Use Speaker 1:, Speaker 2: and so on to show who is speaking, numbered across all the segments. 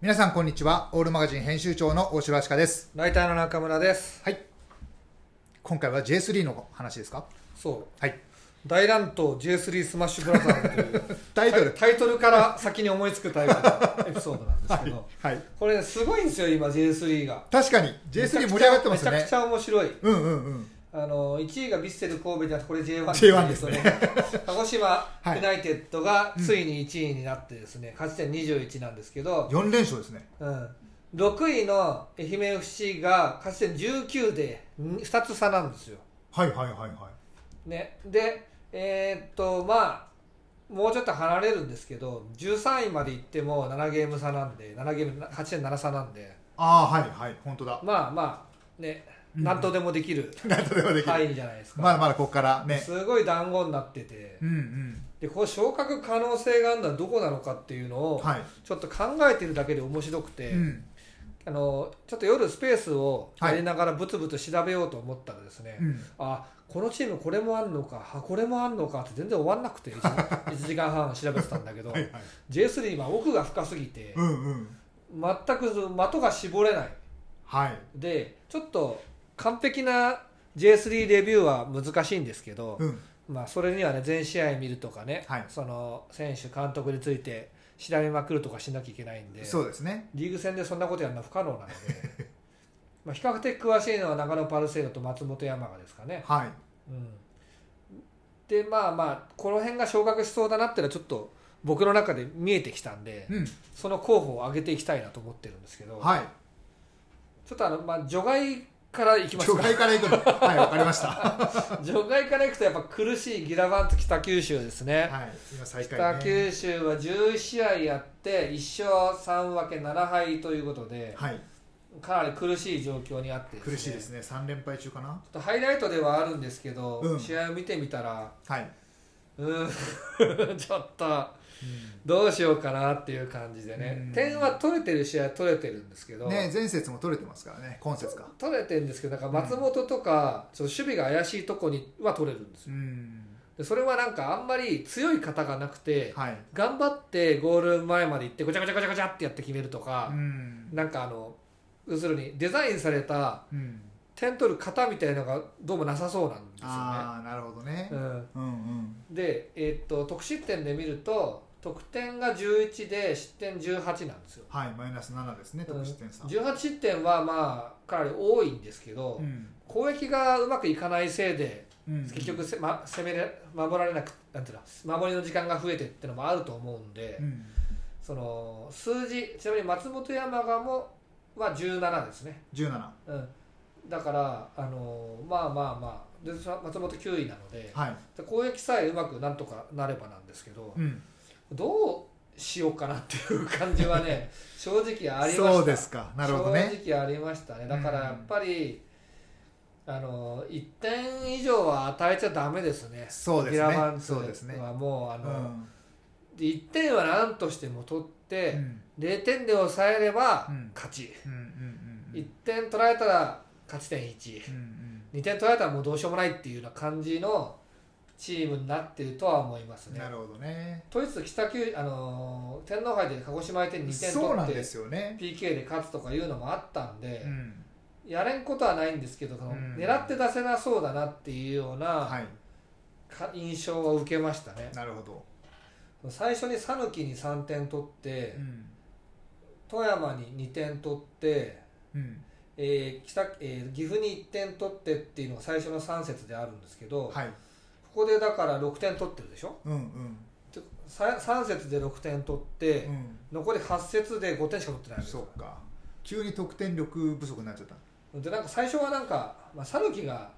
Speaker 1: 皆さんこんにちはオールマガジン編集長の大城あしかです
Speaker 2: ライターの中村です
Speaker 1: はい今回は J3 の話ですか
Speaker 2: そう
Speaker 1: はい
Speaker 2: 大乱闘 J3 スマッシュブラザーズという
Speaker 1: タイトル
Speaker 2: タイトルから先に思いつくタイプのエピソードなんです
Speaker 1: は
Speaker 2: け
Speaker 1: い
Speaker 2: ど、、
Speaker 1: はい、
Speaker 2: これすごいんですよ今 J3 が
Speaker 1: 確かに J3 盛り上がってますよ
Speaker 2: めちゃ
Speaker 1: ね
Speaker 2: くちゃ面白い
Speaker 1: うんうんうん
Speaker 2: あの1位がヴィッセル神戸じゃなくてこれ J1
Speaker 1: J1 ですね
Speaker 2: その 鹿児島
Speaker 1: はい
Speaker 2: ユナイテッドがついに1位になってですね、勝ち点21なんですけど、
Speaker 1: 4連勝ですね
Speaker 2: うん、6位の愛媛 FC が勝ち点19で2つ差なんですよ
Speaker 1: はいはいはいは
Speaker 2: ね、で、えーっと、まあ、もうちょっと離れるんですけど、13位まで行っても7ゲーム差なんで、7ゲーム、8.7差なんで、
Speaker 1: いああはいはい本当だ
Speaker 2: まあまあ、ね、
Speaker 1: うん
Speaker 2: なんとでもできる
Speaker 1: 何とでもできる、
Speaker 2: 範囲じゃないですか。
Speaker 1: まだまだここからね
Speaker 2: すごい団子になってて
Speaker 1: うんうん
Speaker 2: でこう昇格可能性があるのはどこなのかっていうのを
Speaker 1: はい、
Speaker 2: ちょっと考えてるだけで面白くて、
Speaker 1: うん
Speaker 2: あのちょっと夜スペースをやりながらブツブツ調べようと思ったらですね、
Speaker 1: うん
Speaker 2: あこのチームこれもあんのかあこれもあんのかって全然終わんなくて 1, 時 間半調べてたんだけど
Speaker 1: はいはい
Speaker 2: J3 は奥が深すぎて
Speaker 1: うんうん
Speaker 2: 全く的が絞れない
Speaker 1: はい
Speaker 2: でちょっと完璧な J3 レビューは難しいんですけど、
Speaker 1: うん
Speaker 2: まあ、それにはね全試合見るとかね、
Speaker 1: はい
Speaker 2: その選手監督について調べまくるとかしなきゃいけないんで
Speaker 1: そうですね
Speaker 2: リーグ戦でそんなことやるのは不可能なので まあ比較的詳しいのは長野パルセイドと松本山雅ですかね。
Speaker 1: はい
Speaker 2: うんでまあまあこの辺が昇格しそうだなっていうのはちょっと僕の中で見えてきたんで、
Speaker 1: うん
Speaker 2: その候補を上げていきたいなと思ってるんですけど、
Speaker 1: はい
Speaker 2: ちょっとあの、まあ、除外からいきます
Speaker 1: 初
Speaker 2: か
Speaker 1: 回から行くのはいわかりました は
Speaker 2: 除外からいくとやっぱ苦しいギラバンと北九州ですね、
Speaker 1: い今最下
Speaker 2: 北
Speaker 1: 位ね
Speaker 2: 九州は11試合やって1勝3分け7敗ということで
Speaker 1: はい
Speaker 2: かなり苦しい状況にあって
Speaker 1: 苦しいですね3連敗中かな
Speaker 2: ちょっとハイライトではあるんですけど、
Speaker 1: うん
Speaker 2: 試合を見てみたら
Speaker 1: はい、
Speaker 2: うーん ちょっとどうしようかなっていう感じでね、
Speaker 1: うん
Speaker 2: 点は取れてる試合は取れてるんですけど、
Speaker 1: ね前節も取れてますからね今節か
Speaker 2: 取れてるんですけどなんか松本とか、ちょっと守備が怪しいとこには取れるんです
Speaker 1: う
Speaker 2: よ
Speaker 1: ん
Speaker 2: でそれはなんかあんまり強い方がなくて、
Speaker 1: はい
Speaker 2: 頑張ってゴール前まで行ってごちゃごちゃごちゃごちゃってやって決めると
Speaker 1: う
Speaker 2: か、
Speaker 1: ん
Speaker 2: なんかあの要するにデザインされた
Speaker 1: うん
Speaker 2: 点取る型みたいなのがどうもなさそうなんですよね。
Speaker 1: ああなるほどね
Speaker 2: うん
Speaker 1: うんうん
Speaker 2: で、えーっと得失点で見ると得点が11で失点18なんですよ
Speaker 1: はいマイナス7ですね
Speaker 2: うん
Speaker 1: 得失点差
Speaker 2: 18失点はまあかなり多いんですけど、
Speaker 1: うん
Speaker 2: 攻撃がうまくいかないせいで
Speaker 1: うん
Speaker 2: 結局せ、ま、攻めれ守られなくなんていうの守りの時間が増えてってのもあると思うんで、
Speaker 1: うん
Speaker 2: その数字ちなみに松本山雅もは17ですね、
Speaker 1: 17
Speaker 2: うん、だからあのまあまあまあで松本9位なので
Speaker 1: はい
Speaker 2: 攻撃さえうまくなんとかなればなんですけど、
Speaker 1: うん
Speaker 2: どうしようかなっていう感じは ね正直ありました
Speaker 1: そうですかなるほどね
Speaker 2: 正直ありましたねだからやっぱり、あの1点以上は与えちゃダメですね
Speaker 1: そうで
Speaker 2: ギ
Speaker 1: す
Speaker 2: ラ
Speaker 1: ね
Speaker 2: バンツ
Speaker 1: そうですね
Speaker 2: はもうあ
Speaker 1: う
Speaker 2: の、
Speaker 1: ん
Speaker 2: で1点は何としても取って、
Speaker 1: うん
Speaker 2: 0点で抑えれば
Speaker 1: うん
Speaker 2: 勝ち、
Speaker 1: うんうんうんうん
Speaker 2: 1点取られたら勝ち点
Speaker 1: う
Speaker 2: 12
Speaker 1: んうん
Speaker 2: 点取られたらもうどうしようもないっていうような感じのチームになってるとは思いますね
Speaker 1: なるほどね
Speaker 2: とりあえず北九あのー天皇杯で鹿児島相手に2点
Speaker 1: そうなん
Speaker 2: 取っ
Speaker 1: で
Speaker 2: て
Speaker 1: すよね
Speaker 2: PK で勝つとかいうのもあったんで
Speaker 1: う、ん
Speaker 2: やれんことはないんですけどその、
Speaker 1: うん
Speaker 2: 狙って出せなそうだなっていうような
Speaker 1: はい
Speaker 2: か印象を受けましたね
Speaker 1: なるほど
Speaker 2: 最初に讃岐に3点取って、
Speaker 1: うん
Speaker 2: 富山に2点取って、
Speaker 1: うん
Speaker 2: えー北えー岐阜に1点取ってっていうのが最初の3節であるんですけど、
Speaker 1: はい
Speaker 2: ここでだから6点取ってるでしょ
Speaker 1: うんうん
Speaker 2: 3, 三節で6点取って、
Speaker 1: うん
Speaker 2: 残り8節で5点しか取ってないんです
Speaker 1: そ
Speaker 2: よ
Speaker 1: うか急に得点力不足になっちゃった
Speaker 2: でなんか最初はなんかまあ讃岐、が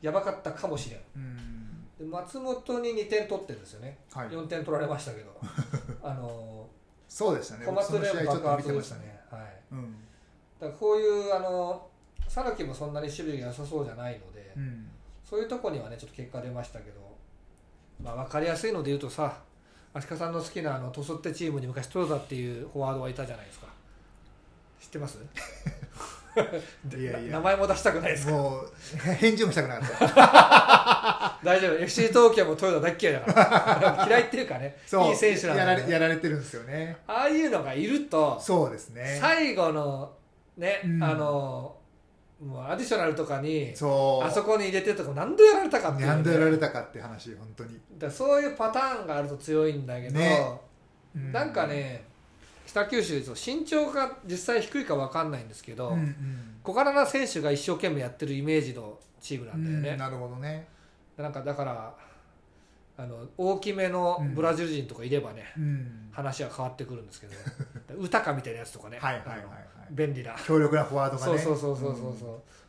Speaker 2: やばかったかもしれん
Speaker 1: うん
Speaker 2: で松本に2点取ってるんですよね、
Speaker 1: はい
Speaker 2: 4点取られました けどあの
Speaker 1: そうでしたね
Speaker 2: 小松
Speaker 1: 僕その
Speaker 2: レ
Speaker 1: 試
Speaker 2: オ
Speaker 1: 合ちょっ
Speaker 2: 爆
Speaker 1: と見
Speaker 2: 発
Speaker 1: て
Speaker 2: で
Speaker 1: ま
Speaker 2: し
Speaker 1: したた
Speaker 2: ね
Speaker 1: ね
Speaker 2: はい、
Speaker 1: うん
Speaker 2: だからこういうあの讃岐もそんなに守備が良さそうじゃないので、
Speaker 1: うん
Speaker 2: そういうとこにはねちょっと結果出ましたけど、まあ、分かりやすいので言うとさ足利さんの好きなあのトソってチームに昔トヨタっていうフォワードがいたじゃないですか知ってます
Speaker 1: いやい
Speaker 2: 名
Speaker 1: や
Speaker 2: 前も出したくないですか
Speaker 1: もう 返事もしたくなか った
Speaker 2: 大丈夫 FC 東京もトヨタ大っ嫌いだ から嫌いっていうかねいい選手なん
Speaker 1: や
Speaker 2: だ
Speaker 1: ら
Speaker 2: けど
Speaker 1: れやられてるんですよね
Speaker 2: ああいうのがいると
Speaker 1: そうですね
Speaker 2: 最後のね、
Speaker 1: うん
Speaker 2: あのもうアディショナルとかに
Speaker 1: そう
Speaker 2: あそこに入れてとか何度やられたかっていうね、
Speaker 1: 何度やられたかって話本当に、
Speaker 2: だからそういうパターンがあると強いんだけど、
Speaker 1: ねう
Speaker 2: なんかね北九州そう身長が実際低いか分かんないんですけ
Speaker 1: う
Speaker 2: ど、
Speaker 1: んうん
Speaker 2: 小柄な選手が一生懸命やってるイメージのチームなんだよね、
Speaker 1: うんなるほどね
Speaker 2: なんかだからあの大きめのブラジル人とかいればね、
Speaker 1: うん
Speaker 2: 話は変わってくるんですけ ど、歌かみたいなやつとかね、
Speaker 1: はいはいはいはい
Speaker 2: あの便利な、
Speaker 1: 強力なフォワードが
Speaker 2: そう
Speaker 1: ね
Speaker 2: そうそうそうそう、う
Speaker 1: うん
Speaker 2: フ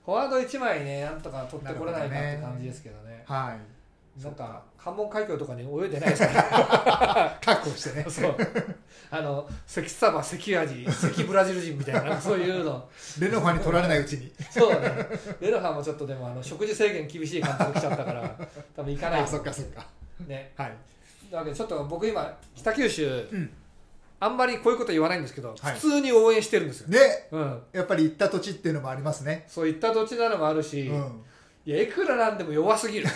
Speaker 2: ォワード1枚ねなんとか取ってこれないかっ
Speaker 1: なるほ
Speaker 2: て
Speaker 1: どね
Speaker 2: 感じですけどね
Speaker 1: は
Speaker 2: なんか関門海峡とかに泳いでないです から
Speaker 1: い確保してね
Speaker 2: そう あの関サバ関アジ関ブラジル人みたいななんかそういうの
Speaker 1: レノファに取られないうちに
Speaker 2: そうねレロハもちょっとでもあの食事制限厳しい監督来ちゃったから多分行かない
Speaker 1: あそっかそっか
Speaker 2: ね
Speaker 1: はい
Speaker 2: だけどちょっと僕今北九州
Speaker 1: うん
Speaker 2: あんまりこういうこと言わないんですけど、
Speaker 1: はい
Speaker 2: 普通に応援してるんですよ、
Speaker 1: で
Speaker 2: うん、
Speaker 1: やっぱり行った土地っていうのもありますね
Speaker 2: そういった土地なのもあるし、
Speaker 1: うん
Speaker 2: いやいくらなんでも弱 すぎる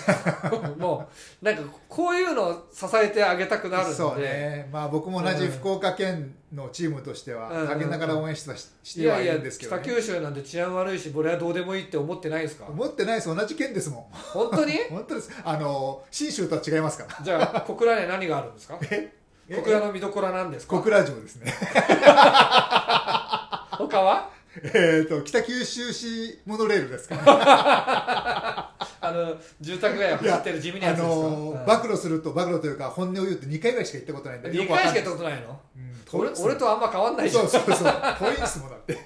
Speaker 2: もうなんかこういうのを支えてあげたくなるんで
Speaker 1: そうねまあ僕も同じ
Speaker 2: うん
Speaker 1: 福岡県のチームとして
Speaker 2: うん
Speaker 1: は陰ながら応援してはしし
Speaker 2: い
Speaker 1: ては
Speaker 2: や
Speaker 1: い
Speaker 2: い
Speaker 1: る
Speaker 2: や
Speaker 1: んですけど
Speaker 2: 北
Speaker 1: ね
Speaker 2: 九州なんて治安悪いしこれはどうでもいいって思ってないです か
Speaker 1: 思ってないです同じ県ですもん
Speaker 2: 本当に
Speaker 1: 本当ですあの信州とは違いますから
Speaker 2: じゃあ小倉には何があるんですか
Speaker 1: え
Speaker 2: 小倉の見どころは何ですか
Speaker 1: 小倉城ですね
Speaker 2: 他は
Speaker 1: えっと北九州市モノレールですか
Speaker 2: あの住宅街を走ってる地味なやつですか、
Speaker 1: あのー
Speaker 2: うん
Speaker 1: 暴露すると暴露というか本音を言うって2回ぐらいしか行ったことないんだけど
Speaker 2: 二回しかやった
Speaker 1: こ
Speaker 2: ことないの
Speaker 1: と
Speaker 2: 俺俺とあんま変わんないじゃ
Speaker 1: そうそうそう遠いですもんだって、
Speaker 2: ん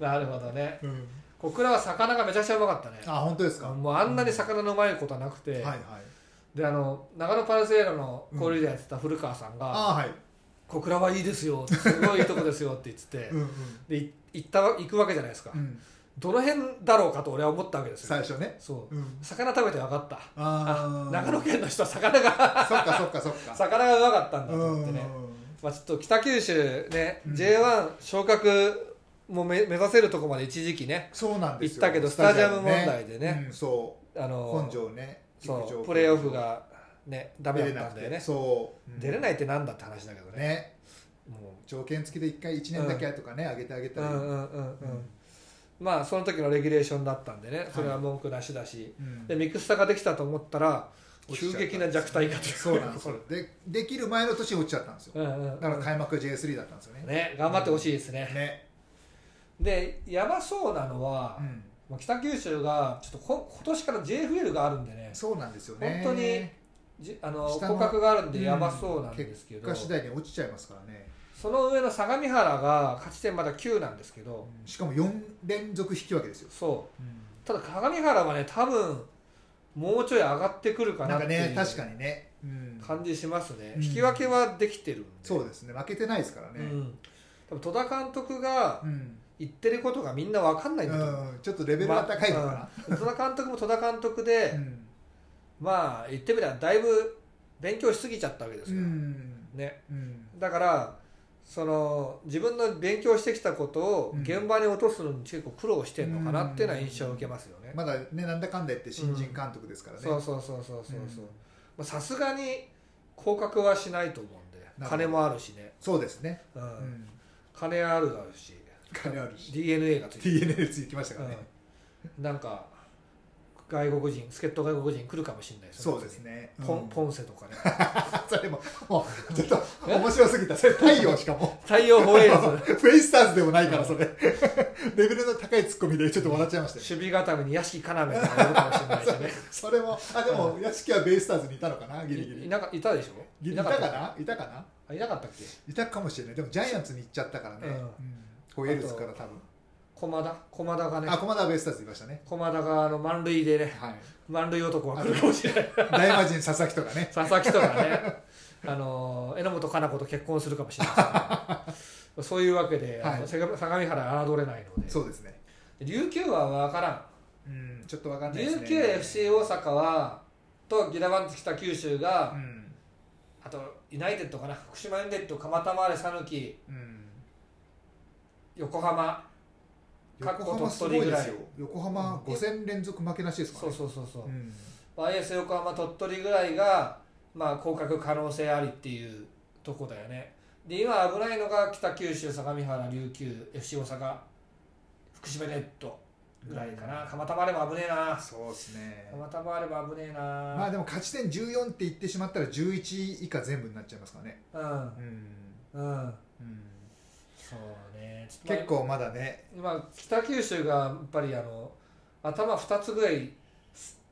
Speaker 2: なるほどね
Speaker 1: うん、
Speaker 2: 小倉は魚がめちゃくちゃうまかったね
Speaker 1: あ本当ですか、
Speaker 2: もうあんなに魚のうまいことはなくて、
Speaker 1: はいはい
Speaker 2: であの長野パルセイロの交流でやってた古川さんが
Speaker 1: あはい、
Speaker 2: 「小倉はいいですよすごいいいとこですよ」って言ってて、
Speaker 1: うんうん
Speaker 2: でい行った行くわけじゃないですか、
Speaker 1: うん、
Speaker 2: どの辺だろうかと俺は思ったわけですよ
Speaker 1: 最初ね、
Speaker 2: そう、
Speaker 1: うん、
Speaker 2: 魚食べて分かった
Speaker 1: あ
Speaker 2: あ
Speaker 1: あ
Speaker 2: 長野県の人は魚が
Speaker 1: そっかそっかそっか
Speaker 2: 魚がうまかったんだ
Speaker 1: う
Speaker 2: と思っ
Speaker 1: ん
Speaker 2: てね、まあ、ちょっと北九州ね、
Speaker 1: うん
Speaker 2: J1 昇格もめ目指せるとこまで一時期ね
Speaker 1: そうなんですよ
Speaker 2: 行ったけどスタジアム問題でね
Speaker 1: うん、そう
Speaker 2: あの
Speaker 1: 本庄ね
Speaker 2: そうプレーオフがねダメだ
Speaker 1: 出れ
Speaker 2: った
Speaker 1: なんく
Speaker 2: だよ
Speaker 1: て
Speaker 2: ね
Speaker 1: そう、うん
Speaker 2: 出れないってなんだって話だけどね
Speaker 1: ね
Speaker 2: も
Speaker 1: 条件付きで1回1年だけとかね、あげてあげ
Speaker 2: う
Speaker 1: た
Speaker 2: う
Speaker 1: り、
Speaker 2: んうんうんうんまあその時のレギュレーションだったんでねそれは文句なしだし、
Speaker 1: うん
Speaker 2: でミクスタができたと思ったら
Speaker 1: 落ちちゃ
Speaker 2: 急
Speaker 1: った
Speaker 2: 激な弱体化という
Speaker 1: そうなんですよでできる前の年に落ちちゃったんですよ
Speaker 2: うんうんうん
Speaker 1: だから開幕が J3 だったんですよね
Speaker 2: ね頑張ってほしいですね、
Speaker 1: ね、
Speaker 2: でやばそうなのは
Speaker 1: う、ん、
Speaker 2: もう北九州がちょっとこ今年から JFL があるんでね
Speaker 1: そうなんですよね
Speaker 2: 本当にじあの
Speaker 1: 下の
Speaker 2: 降格があるんでやばそうなんですけ
Speaker 1: 結
Speaker 2: ど、
Speaker 1: 果次第に落ちちゃいますからね、
Speaker 2: その上の相模原が勝ち点まだ9なんですけど、
Speaker 1: うんしかも4連続引き分けですよ、
Speaker 2: そうただ相模原はね多分もうちょい上がってくるか
Speaker 1: な
Speaker 2: なんって
Speaker 1: か
Speaker 2: い
Speaker 1: ね
Speaker 2: う
Speaker 1: 確かにね、うん
Speaker 2: 感じしますね、
Speaker 1: うん
Speaker 2: 引き分けはできてるんで
Speaker 1: そうですね負けてないですから
Speaker 2: う
Speaker 1: ね、
Speaker 2: ん、多分戸田監督が
Speaker 1: うんうん
Speaker 2: 言ってることがみんな分かんないんだと思う、
Speaker 1: ちょっとレベルが高いのかな、
Speaker 2: まあうん戸田監督も戸田監督で、
Speaker 1: うん
Speaker 2: まあ言ってみればだいぶ勉強しすぎちゃったわけです
Speaker 1: う
Speaker 2: よ、
Speaker 1: ん
Speaker 2: ね
Speaker 1: うん
Speaker 2: だからその自分の勉強してきたことを
Speaker 1: うん
Speaker 2: 現場に落とすのに結構苦労してるのかなっていうのは印象を受けますよね、
Speaker 1: まだねなんだかんだ言って新人監督ですからね、
Speaker 2: そうそうそうそうそうそう
Speaker 1: うん
Speaker 2: まあさすがに降格はしないと思うんで
Speaker 1: なるほど
Speaker 2: 金もあるしね、
Speaker 1: そうですね、
Speaker 2: うん
Speaker 1: うん、
Speaker 2: 金あるだろうし
Speaker 1: 金あるし
Speaker 2: d n a がついてる、
Speaker 1: DNA でついてきましたからね、
Speaker 2: うん、なんか外国人助っ人外国人来るかもしれないですよ
Speaker 1: そうですね、
Speaker 2: ポ
Speaker 1: う
Speaker 2: ン
Speaker 1: ん
Speaker 2: ポンセとかね
Speaker 1: それももうちょっと面白すぎたそれ太陽しかも
Speaker 2: 太陽ホエ ールズ
Speaker 1: フェイスターズでもないからそれレベルの高いツッコミでちょっと笑っちゃいましたよ
Speaker 2: 守備固めに屋敷要とかいるかもしれないしね
Speaker 1: それもあでも屋敷はベイスターズにいたのかなギリギ
Speaker 2: いい
Speaker 1: リ
Speaker 2: なかいたでしょ
Speaker 1: いたか
Speaker 2: っっ
Speaker 1: ないたかな
Speaker 2: けあいなかったっけ
Speaker 1: いたかもしれないでもジャイアンツに行っちゃったからね、
Speaker 2: うん
Speaker 1: うん、ウェールズから多分
Speaker 2: 駒田駒田がね
Speaker 1: あ駒田はベイスターズいましたね
Speaker 2: 駒田があの満塁でね
Speaker 1: はい
Speaker 2: 満塁男は来るかも しれない
Speaker 1: 大魔神佐々木とかね
Speaker 2: 佐々木とかねあの榎本加奈子と結婚するかもしれないです ねそういうわけで、あの
Speaker 1: はい
Speaker 2: 相模相模原侮れないので
Speaker 1: そうですね
Speaker 2: 琉球は分から
Speaker 1: うんちょっとわかん
Speaker 2: ん
Speaker 1: ないです
Speaker 2: 琉
Speaker 1: ね
Speaker 2: 球 FC 大阪はとギラバンツ北九州が、
Speaker 1: うん、
Speaker 2: あとユナイテッドかな福島ユナイテッド蒲田マーレ讃岐
Speaker 1: うん、
Speaker 2: 横浜かっこ
Speaker 1: 横浜
Speaker 2: 鳥
Speaker 1: すごい
Speaker 2: 取ぐ
Speaker 1: で
Speaker 2: らい
Speaker 1: すよ横浜5戦連続負けなしですか
Speaker 2: そ
Speaker 1: ら
Speaker 2: う
Speaker 1: ね
Speaker 2: そうそうそう、
Speaker 1: うん
Speaker 2: まあ、エース横浜鳥取ぐらいが、まあ、降格可能性ありっていうとこだよねで今危ないのが北九州相模原琉球 FC 大阪福島レッドぐらいかな、蒲田あれば危ねえな
Speaker 1: そうですね
Speaker 2: 蒲田あれば危ねえな、
Speaker 1: まあでも勝ち点14って言ってしまったら11以下全部になっちゃいますからねうん、
Speaker 2: うんう
Speaker 1: う
Speaker 2: ん
Speaker 1: ん、
Speaker 2: そうねちょっ
Speaker 1: 結
Speaker 2: と
Speaker 1: 構まだね
Speaker 2: まあ今北九州がやっぱりあの頭2つぐらい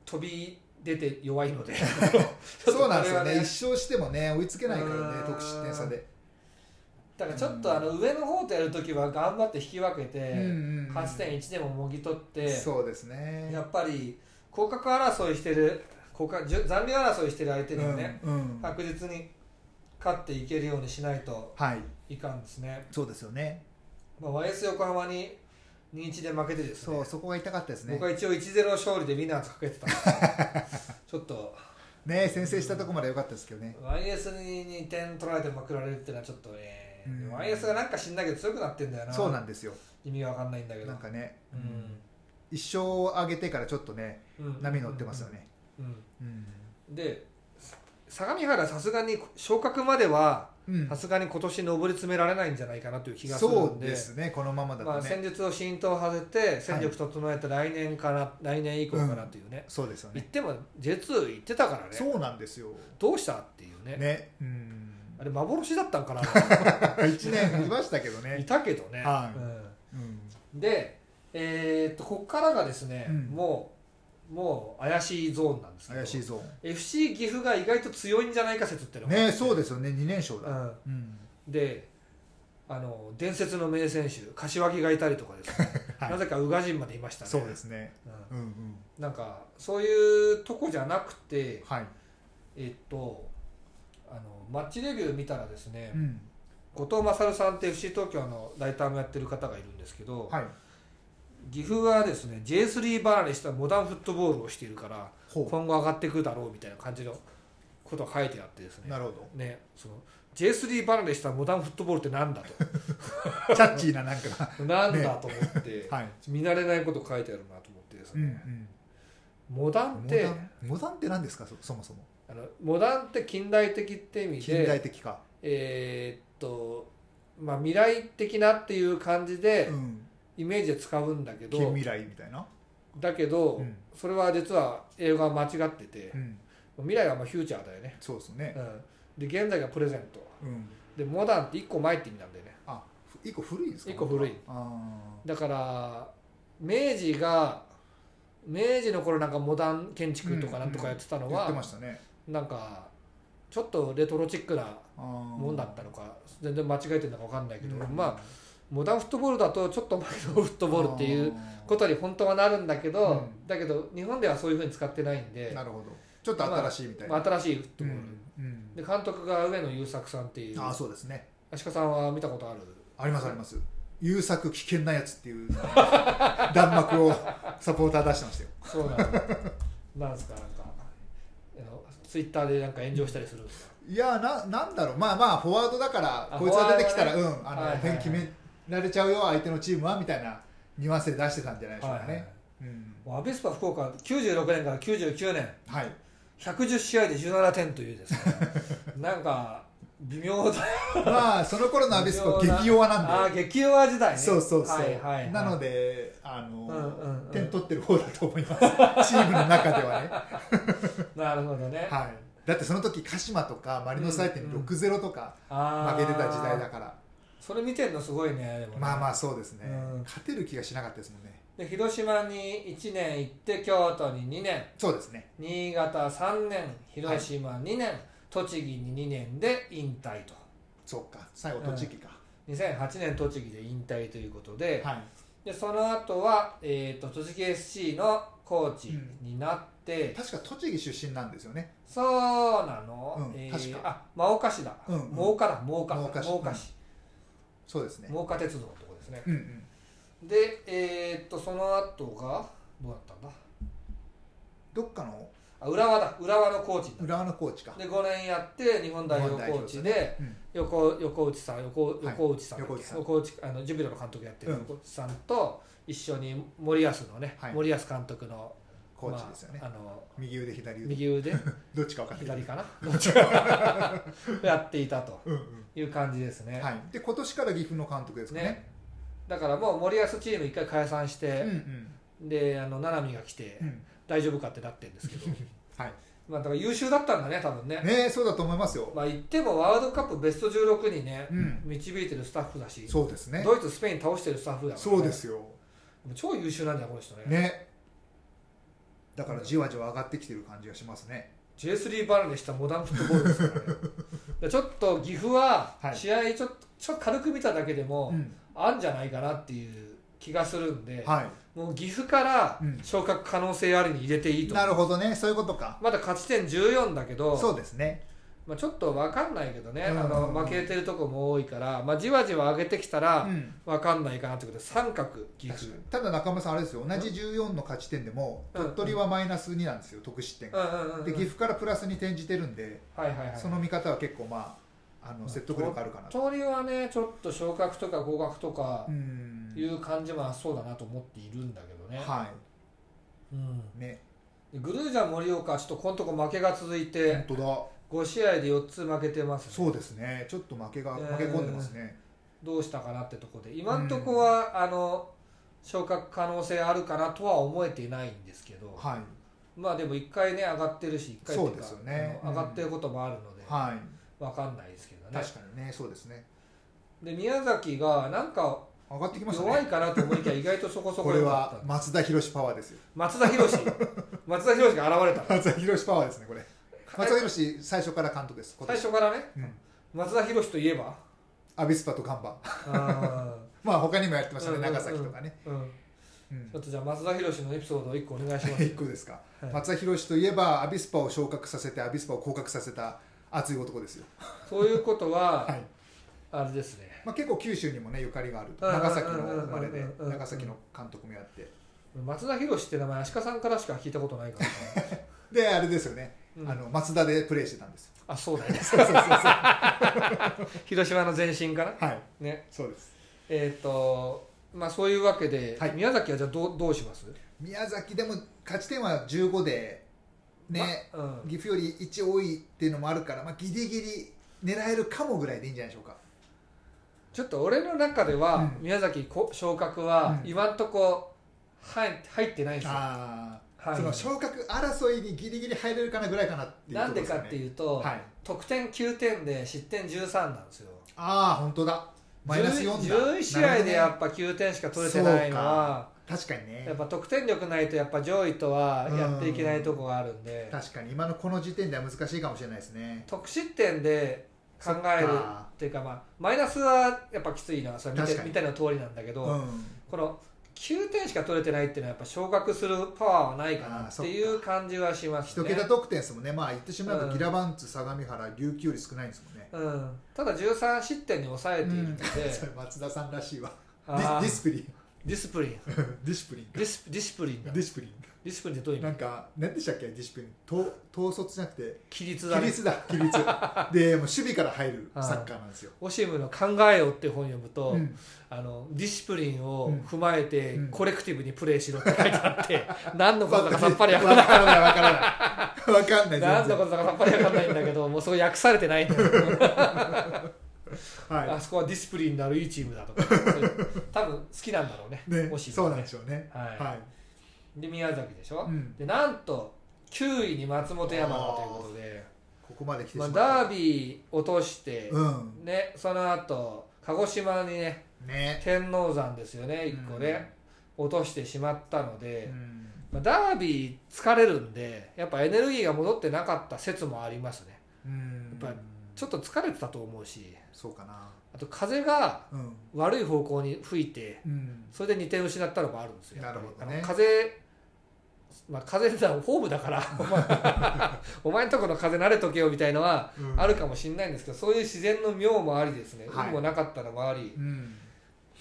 Speaker 2: 飛び出て弱いので
Speaker 1: そうなんですよね
Speaker 2: ちょっとこれは
Speaker 1: 一勝してもね追いつけないからね
Speaker 2: うん
Speaker 1: 得失点差で、
Speaker 2: だからちょっとあの上の方とやるときは頑張って引き分けて、
Speaker 1: うん
Speaker 2: 勝ち点1でももぎ取って、
Speaker 1: そうですね
Speaker 2: やっぱり降格争いしてる降格じゅ残留争いしてる相手にはね、
Speaker 1: うんうん
Speaker 2: 確実に勝っていけるようにしないと
Speaker 1: はい
Speaker 2: いかんですね、
Speaker 1: そうですよね
Speaker 2: まあ、YS 横浜に2-1で負けてですね
Speaker 1: そうそこが痛かったですね
Speaker 2: 僕は一応1-0勝利でウィナーズかけてたんです けどちょっと
Speaker 1: ね先制したとこまで良かったですけどね
Speaker 2: YS に2点取られてまくられるっていうのはちょっとね、
Speaker 1: うん
Speaker 2: YS がなんか死んだけど強くなってんだよな
Speaker 1: そうなんですよ
Speaker 2: 意味が分かんないんだけど
Speaker 1: なんかね、
Speaker 2: う
Speaker 1: 一勝を上げてからちょっとね
Speaker 2: んうん
Speaker 1: 波乗ってますよね、
Speaker 2: うん
Speaker 1: うん
Speaker 2: で相模原さすがに昇格までは
Speaker 1: うん
Speaker 2: さすがに今年上り詰められないんじゃないかなという気がする
Speaker 1: そ
Speaker 2: ん
Speaker 1: う
Speaker 2: で
Speaker 1: ですねこのままだ
Speaker 2: まあ、
Speaker 1: とね、
Speaker 2: 戦術を浸透させて戦力整えて来年かな、来年以降かなというね、
Speaker 1: そうですよ
Speaker 2: 言
Speaker 1: ね
Speaker 2: っても J2 行ってたからね
Speaker 1: そうなんですよ
Speaker 2: どうしたっていうね
Speaker 1: ねうん
Speaker 2: あれ幻だったん かな
Speaker 1: 1年いましたけど
Speaker 2: い
Speaker 1: ね、
Speaker 2: たけどね、
Speaker 1: はい
Speaker 2: うん
Speaker 1: うん
Speaker 2: でえーっとここからがですね、
Speaker 1: うん
Speaker 2: もうもう怪しいゾーンなんですけど
Speaker 1: 怪しいゾ
Speaker 2: FC 岐阜が意外と強いんじゃないか説ってい
Speaker 1: ー
Speaker 2: うの
Speaker 1: ン
Speaker 2: があって
Speaker 1: ねそうですよね2連勝
Speaker 2: う
Speaker 1: だ、
Speaker 2: ん
Speaker 1: うん
Speaker 2: であの伝説の名選手柏木がいたりとかですね、
Speaker 1: はい
Speaker 2: なぜか宇賀神までいましたね
Speaker 1: そうですね
Speaker 2: う
Speaker 1: うんうん
Speaker 2: んなんかそういうとこじゃなくて
Speaker 1: はい、
Speaker 2: えっとあのマッチレビュー見たらですね、
Speaker 1: うん
Speaker 2: 後藤勝さんって FC 東京のライターもやってる方がいるんですけど、
Speaker 1: はい、
Speaker 2: 岐阜はですね J3 離れしたモダンフットボールをしているから
Speaker 1: ほう
Speaker 2: 今後上がってくるだろうみたいな感じのことが書いてあってですね
Speaker 1: なるほ
Speaker 2: ねその J3 離れしたモダンフットボールってな んだ
Speaker 1: どキャッチーななんかが
Speaker 2: となんだと思って、
Speaker 1: はい、
Speaker 2: 見慣れないこと書いてあるなと思ってです
Speaker 1: うんう
Speaker 2: ね、
Speaker 1: ん、
Speaker 2: モダンっ
Speaker 1: モ
Speaker 2: て
Speaker 1: ダンモダンって何ですかそそもそも
Speaker 2: あのモダンって近代的って意味
Speaker 1: 近代
Speaker 2: で
Speaker 1: 的か、
Speaker 2: えーっとまあ未来的なっていう感じで
Speaker 1: うん、
Speaker 2: イメージで使うんだけ
Speaker 1: 近
Speaker 2: ど、
Speaker 1: 未来みたいな、
Speaker 2: だけど、
Speaker 1: うん
Speaker 2: それは実は英語は間違ってて、
Speaker 1: うん、
Speaker 2: 未来はまあフューチャーだよね、
Speaker 1: そうですね、
Speaker 2: うん、で現在がプレゼント
Speaker 1: うん、
Speaker 2: でモダンって一個前って意味なんだよね
Speaker 1: あふ一個古いんですか
Speaker 2: 一個古い
Speaker 1: あ
Speaker 2: だから明治が明治の頃なんかモダン建築とかなんとかやってた
Speaker 1: ー
Speaker 2: の
Speaker 1: 言っ
Speaker 2: は、
Speaker 1: てましたね
Speaker 2: なんかちょっとレトロチックなも
Speaker 1: も
Speaker 2: んだったのか全然間違えてるのか分かんないけど、
Speaker 1: あ
Speaker 2: まあモダンフットボールだとちょっと前のフット
Speaker 1: ー
Speaker 2: ボールっていうことに本当はなるんだけど、
Speaker 1: うん
Speaker 2: だけど日本ではそういうふうに使ってないんで
Speaker 1: な、るほどちょっと新しいみたいな、
Speaker 2: まあ、新しいフット
Speaker 1: うん
Speaker 2: ボール、
Speaker 1: うん
Speaker 2: で監督が上野優作さんっていう
Speaker 1: ああ
Speaker 2: 足
Speaker 1: そうですね
Speaker 2: 利さんは見たことある
Speaker 1: ありますあります優作危険なやつっていう弾幕をサポーター出してましたよ
Speaker 2: そ うなのなんですかなんかあのツイッターでなんか炎上したりするんですか
Speaker 1: いやななんだろうまあまあフォワードだから
Speaker 2: あ
Speaker 1: こいつが出てきたらうんあの、
Speaker 2: はいはいはい
Speaker 1: 点決められちゃうよ相手のチームはみたいなニュアンスで出してたんじゃないでしょうかね、
Speaker 2: はいはい
Speaker 1: うん
Speaker 2: もうアビスパ福岡96年から99年
Speaker 1: はい
Speaker 2: 110試合で17点とい うですねなんか微妙だ
Speaker 1: まあその頃のアビスパは激弱なんで
Speaker 2: ああ激弱時代ね
Speaker 1: そうそうそう、
Speaker 2: はいはいはい
Speaker 1: なのであ
Speaker 2: う
Speaker 1: の、
Speaker 2: んうん、うん、
Speaker 1: 点取ってる方だと思いますチームの中ではね、
Speaker 2: なるほどね、
Speaker 1: はい、だってその時鹿島とかマリノス相手に
Speaker 2: うんうん
Speaker 1: 6-0とか
Speaker 2: あ
Speaker 1: 負
Speaker 2: ー
Speaker 1: けてた時代だから、
Speaker 2: それ見てるのすごいねでもね
Speaker 1: まあまあそうですね、
Speaker 2: うん
Speaker 1: 勝てる気がしなかったですもんね
Speaker 2: で広島に1年行って京都に2年
Speaker 1: そうですね
Speaker 2: 新潟3年広島2年、栃木に2年で引退と
Speaker 1: そうか最後栃木か、
Speaker 2: 2008年栃木で引退ということで,、
Speaker 1: はい
Speaker 2: でその後は、えー、と栃木 SC のコーチになって、
Speaker 1: 確か栃木出身なんですよね
Speaker 2: そうなの、
Speaker 1: うん
Speaker 2: えー
Speaker 1: 確か
Speaker 2: あ真岡市だ、
Speaker 1: うんうん
Speaker 2: 真岡だ真岡
Speaker 1: 真岡市
Speaker 2: 真岡市
Speaker 1: そうですね
Speaker 2: 真岡鉄道のとこですね
Speaker 1: うんうん
Speaker 2: でえーっとその後がどうだったんだ
Speaker 1: どっかの
Speaker 2: あ浦和だ浦和のコーチになっ
Speaker 1: 浦和のコーチか
Speaker 2: たで5年やって日本代表コーチで、
Speaker 1: うん
Speaker 2: 横横内さん横
Speaker 1: はい
Speaker 2: 横内さん,、
Speaker 1: 横内さん
Speaker 2: 横内あのジュビロの監督やってる
Speaker 1: うん
Speaker 2: 横内さんと一緒に森保のね、
Speaker 1: はい
Speaker 2: 森保監督の
Speaker 1: コーチですよね、
Speaker 2: まあ、あの
Speaker 1: 右腕左腕
Speaker 2: 右腕
Speaker 1: どっちか分かんない
Speaker 2: 左
Speaker 1: け
Speaker 2: かなやっていたと
Speaker 1: ど、うん
Speaker 2: いう感じですね,、
Speaker 1: うんはい、で今年から岐阜の監督ですかね
Speaker 2: ねだからもう森保チーム一回解散し
Speaker 1: うん
Speaker 2: て、であの七海が来て、
Speaker 1: うんうん
Speaker 2: 大丈夫かってなってるんですけど
Speaker 1: はい
Speaker 2: まあだから優秀だったんだね多分ね
Speaker 1: ねそうだと思いますよ、
Speaker 2: まあ言ってもワールドカップベスト16にね、
Speaker 1: うん、
Speaker 2: 導いてるスタッフだし、
Speaker 1: そうですね
Speaker 2: ドイツスペイン倒してるスタッフだからね
Speaker 1: そうですよ
Speaker 2: もう超優秀なんだよこの人ね
Speaker 1: ねだからじわじわ上がってきてる感じがしますね
Speaker 2: J3 離れしたモダンフットボールで すからねでちょっと岐阜は
Speaker 1: はい
Speaker 2: 試合ちょ,、ちょっと軽く見ただけでも、
Speaker 1: うん
Speaker 2: あんじゃないかなっていう気がするんで、
Speaker 1: は
Speaker 2: もう岐阜から
Speaker 1: うん
Speaker 2: 昇格可能性ありに入れていい
Speaker 1: い
Speaker 2: と
Speaker 1: なるほどねそういうことか
Speaker 2: まだ勝ち点14だけど
Speaker 1: そうですね
Speaker 2: まあ、ちょっと分かんないけどね、
Speaker 1: うん
Speaker 2: あの負けてるとこも多いから、まあ、じわじわ上げてきたら
Speaker 1: うん
Speaker 2: 分かんないかなってことで三角岐阜
Speaker 1: 確かにただ中村さんあれですよ同じ14の勝ち点でも
Speaker 2: うん
Speaker 1: 鳥取はマイナス2なんですよ得失点
Speaker 2: う
Speaker 1: が
Speaker 2: んうんうん
Speaker 1: で岐阜からプラスに転じてるんで
Speaker 2: はいはいはい
Speaker 1: その見方は結構まああ
Speaker 2: う
Speaker 1: の
Speaker 2: ん
Speaker 1: 説得力あるかなと
Speaker 2: 鳥取はねちょっと昇格とか合格とか
Speaker 1: う
Speaker 2: い
Speaker 1: ん
Speaker 2: う感じもあそうだなと思っているんだけどね、
Speaker 1: は
Speaker 2: うん、
Speaker 1: いね
Speaker 2: でグルージャン盛岡はちょっとこのとこ負けが続い
Speaker 1: 本
Speaker 2: て
Speaker 1: 当だ
Speaker 2: 5試合で4つ負けてます、ね、
Speaker 1: そうですねちょっと負けが
Speaker 2: え
Speaker 1: 負
Speaker 2: ー
Speaker 1: け込んでますね
Speaker 2: どうしたかなってとこで今んとこは、あの昇格可能性あるかなとは思えていないんですけど、
Speaker 1: はい
Speaker 2: まあでも1回ね上がってるし1回ってい
Speaker 1: そうですよ
Speaker 2: か、
Speaker 1: ね
Speaker 2: あの上がってることもあるので、
Speaker 1: は
Speaker 2: わかんないですけど
Speaker 1: い
Speaker 2: ね
Speaker 1: 確かにねそうですね
Speaker 2: で宮崎がなんか
Speaker 1: 上がってきました
Speaker 2: 弱
Speaker 1: ね
Speaker 2: いかなと思いきや意外とそこそ
Speaker 1: こ
Speaker 2: こ
Speaker 1: れ
Speaker 2: 良か
Speaker 1: は
Speaker 2: った
Speaker 1: 松田博士パワーですよ
Speaker 2: 松田博志松田博志が現れた
Speaker 1: 松田博士パワーですねこれ松田博士最初から監督です今
Speaker 2: 最
Speaker 1: 年
Speaker 2: 初からね
Speaker 1: うん
Speaker 2: 松田博志といえば
Speaker 1: アビスパとガンバ
Speaker 2: あ
Speaker 1: まあ他にもやってましたね
Speaker 2: うんうんうん
Speaker 1: 長崎とかね
Speaker 2: ーうん
Speaker 1: うん
Speaker 2: ち ょっとじゃあ松田博志のエピソードを1個お願いします
Speaker 1: 一個ですか
Speaker 2: はい
Speaker 1: 松田博士といえばアビスパを昇格させてアビスパを降格させた熱い男ですよ
Speaker 2: そういうことは、
Speaker 1: はい
Speaker 2: あれですね
Speaker 1: まあ結構九州にもねゆかりがあると
Speaker 2: うんうんうんうん
Speaker 1: 長崎の生まれで
Speaker 2: うんうんうん
Speaker 1: 長崎の監督もやって
Speaker 2: 松田博志って名前足利さんからしか聞いたことないからな、
Speaker 1: であれですよね
Speaker 2: うん
Speaker 1: あの松田でプレーしてたんですよ
Speaker 2: あ そうだよね
Speaker 1: そうそうそうそうは
Speaker 2: 広島の前身かないね
Speaker 1: そうです
Speaker 2: えっ、とまあそういうわけで、
Speaker 1: はい
Speaker 2: 宮崎はじゃあどうどうします
Speaker 1: 宮崎でも勝ち点は15でね、
Speaker 2: まうん
Speaker 1: 岐阜より1多いっていうのもあるから、まあ、ギリギリ狙えるかもぐらいでいいんじゃないでしょうか
Speaker 2: ちょっと俺の中では、
Speaker 1: うん
Speaker 2: 宮崎こ昇格は、
Speaker 1: うん
Speaker 2: 今んとこ入入ってないんですよ
Speaker 1: ああ、
Speaker 2: はい
Speaker 1: その昇格争いにギリギリ入れるかなぐらいかなっていう
Speaker 2: なんでかって
Speaker 1: う
Speaker 2: いうと、
Speaker 1: はい
Speaker 2: 得点9点で失点13なんですよ
Speaker 1: ああ本当だマイナス4だ
Speaker 2: 11 11試合でやっぱ9点しか取れてないのは
Speaker 1: なるほどね確かに
Speaker 2: や
Speaker 1: ね
Speaker 2: っぱ得点力ないとやっぱ上位とはやっていけないとこがあるんで
Speaker 1: 確かに今のこの時点では難しいかもしれないですね
Speaker 2: 得失点で考え
Speaker 1: そ
Speaker 2: る
Speaker 1: っか
Speaker 2: っていうかまあマイナスはやっぱきついなそれ見
Speaker 1: 確
Speaker 2: て
Speaker 1: かに
Speaker 2: 見たいの通りなんだけ
Speaker 1: う
Speaker 2: ど、
Speaker 1: んあ
Speaker 2: この9点しか取れてないっていうのはやっぱ昇格するパワーはないか
Speaker 1: あ
Speaker 2: な
Speaker 1: ー
Speaker 2: っていう感じはしま
Speaker 1: ー
Speaker 2: す
Speaker 1: 一
Speaker 2: ね
Speaker 1: 桁得点ですもんねまあ言ってしまえば
Speaker 2: うん
Speaker 1: ギラバンツ相模原琉球より少ないんですもんね、
Speaker 2: うん、ただ13失点に抑えているので、
Speaker 1: それ松田さんらしいわデ
Speaker 2: あ
Speaker 1: ィ
Speaker 2: ー
Speaker 1: ディスプリン
Speaker 2: ディスプリン
Speaker 1: ディスプリンか
Speaker 2: ディスディスプリン
Speaker 1: デ
Speaker 2: だデ
Speaker 1: ィ
Speaker 2: ィ
Speaker 1: スプリン
Speaker 2: スプリンってどういう意
Speaker 1: なん
Speaker 2: 味
Speaker 1: か何でしたっけディシプリン統統率じゃなくて
Speaker 2: 規律だ
Speaker 1: 規
Speaker 2: ね
Speaker 1: 律だ規律でもう守備から入る
Speaker 2: はい
Speaker 1: サッカーなんですよ、
Speaker 2: オシムの「考えよ」って本読むと、
Speaker 1: うん
Speaker 2: あのディスプリンを踏まえて、
Speaker 1: うん
Speaker 2: コレクティブにプレーしろって書いて あって、何のことだかさっぱり
Speaker 1: わ
Speaker 2: 分
Speaker 1: か
Speaker 2: か
Speaker 1: ら
Speaker 2: んない
Speaker 1: ないわからないわかんない
Speaker 2: 何の
Speaker 1: 全
Speaker 2: ことだかさっぱり分かんないんだけどもうそこ訳されてないん だよ
Speaker 1: 然は
Speaker 2: あそこはディスプリンのあるいいチームだとかそういう多分好きなんだろうね
Speaker 1: いね
Speaker 2: オシム
Speaker 1: そうなんでしょうね
Speaker 2: はい
Speaker 1: は
Speaker 2: で宮崎でしょ、
Speaker 1: い、うん、
Speaker 2: でなんと9位に松本山がということで、
Speaker 1: ここまで来てしま
Speaker 2: まあ、
Speaker 1: った、
Speaker 2: ダービー落として、
Speaker 1: うん
Speaker 2: ね、その後鹿児島にね
Speaker 1: ね
Speaker 2: 天王山ですよね1個ね、落としてしまったの
Speaker 1: う
Speaker 2: で、
Speaker 1: ん
Speaker 2: まあ、ダービー疲れるんでやっぱエネルギーが戻ってなかった説もありますね
Speaker 1: うん
Speaker 2: やっぱちょっと疲れてたと思うし
Speaker 1: そうかな
Speaker 2: あと風が
Speaker 1: うん、
Speaker 2: 悪い方向に吹いて
Speaker 1: うん、
Speaker 2: それで2点失ったのもあるんですよ。
Speaker 1: なるほどね
Speaker 2: あの風、まあ、風だ、ホームだから、 お前お前んとこの風慣れとけよみたいのは
Speaker 1: うん
Speaker 2: あるかもしれないんですけど、そういう自然の妙もありですね、
Speaker 1: はい
Speaker 2: 運もなかったのもあり、
Speaker 1: うん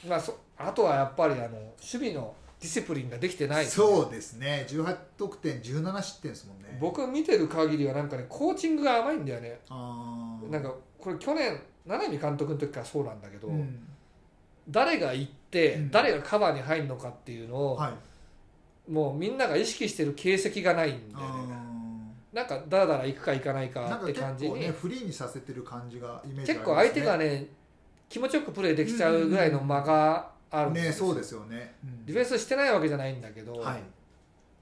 Speaker 2: まあ、そあとはやっぱりあの守備のディシプリンができてない、
Speaker 1: そうですね18得点17失点ですもんね
Speaker 2: 僕見てる限りはなんかねコーチングが甘いんだよね
Speaker 1: あー
Speaker 2: なんかこれ去年七海監督の時からそうなんだけど、
Speaker 1: うん
Speaker 2: 誰が行って、
Speaker 1: うん
Speaker 2: 誰がカバーに入るのかっていうのを、
Speaker 1: はい
Speaker 2: もうみんなが意識してる形跡がないんだよね
Speaker 1: あ
Speaker 2: なんかダラダラ行くか行かない
Speaker 1: ーな
Speaker 2: か
Speaker 1: ん
Speaker 2: っ
Speaker 1: か
Speaker 2: て
Speaker 1: 結
Speaker 2: 感じ
Speaker 1: 構
Speaker 2: に
Speaker 1: ねフリーにさせてる感じがイメージありますね
Speaker 2: 結構相手がね気持ちよくプレーできちゃうぐらいの間があるん
Speaker 1: ねそう
Speaker 2: で
Speaker 1: ですよね、うん
Speaker 2: ディフェンスしてないわけじゃないんだけど、
Speaker 1: はい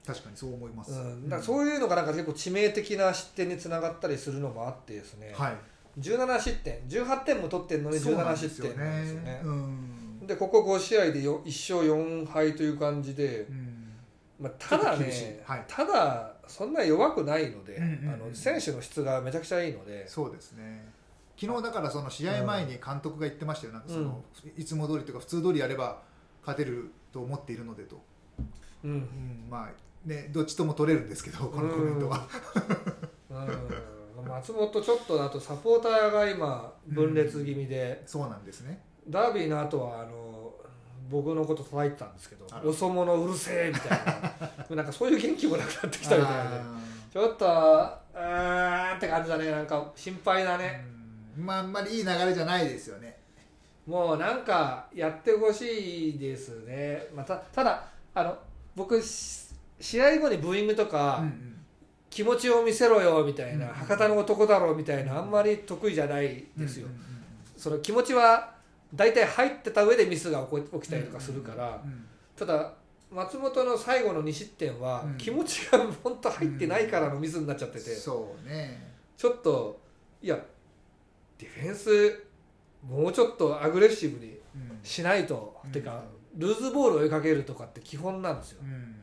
Speaker 1: 確かにそう思います、
Speaker 2: うん、だからそういうのがなんか結構致命的な失点につながったりするのもあってですね、
Speaker 1: はい
Speaker 2: 17失点18点も取ってるのに
Speaker 1: そうな
Speaker 2: 17
Speaker 1: んです
Speaker 2: 失
Speaker 1: よ
Speaker 2: 点なんですよ
Speaker 1: ね
Speaker 2: ね
Speaker 1: うん
Speaker 2: でここ5試合でよ1勝4敗という感じで、
Speaker 1: うん
Speaker 2: まあ、ただ
Speaker 1: ちょっと厳しい
Speaker 2: ね、
Speaker 1: はい
Speaker 2: ただそんな弱くないので、
Speaker 1: うんうんうん
Speaker 2: あの選手の質がめちゃくちゃいいので
Speaker 1: そうですね昨日だからその試合前に監督が言ってましたよなんかその、いつも通りというか普通通りやれば勝てると思っているのでと、
Speaker 2: うん、うん
Speaker 1: うんまあねどっちとも取れるんですけどこのコメントは、
Speaker 2: 松本ちょっとあとサポーターが今分裂気味で、
Speaker 1: そうなんですね
Speaker 2: ダービーの後はあの僕のこと叩いてたんですけど
Speaker 1: あ
Speaker 2: 「
Speaker 1: ら
Speaker 2: よそ者うるせえ」みたいなでもなんかそういう元気もなくなってきたみたいで
Speaker 1: あ
Speaker 2: ちょっとあーんって感じだねなんか心配だ
Speaker 1: ー
Speaker 2: ね、
Speaker 1: うんまああんまりいい流れじゃないですよね
Speaker 2: もうなんかやってほしいですね、まあ、たただあの僕し試合後にブーイングとか、
Speaker 1: うんうん
Speaker 2: 気持ちを見せろよみたいな、
Speaker 1: うん
Speaker 2: 博多の男だろうみたいなあんまり得意じゃないですよ、
Speaker 1: うんうんうん
Speaker 2: その気持ちは大体入ってた上でミスが起こ起きたりとかするから、
Speaker 1: うん
Speaker 2: ただ松本の最後の2失点は、
Speaker 1: うん
Speaker 2: 気持ちが本当入ってないからのミスになっちゃってて、
Speaker 1: そうね
Speaker 2: ちょっといやディフェンスもうちょっとアグレッシブに
Speaker 1: うん
Speaker 2: しないと、
Speaker 1: うん
Speaker 2: てかルーズボールを追いかけるとかって基本なんですよ、
Speaker 1: うん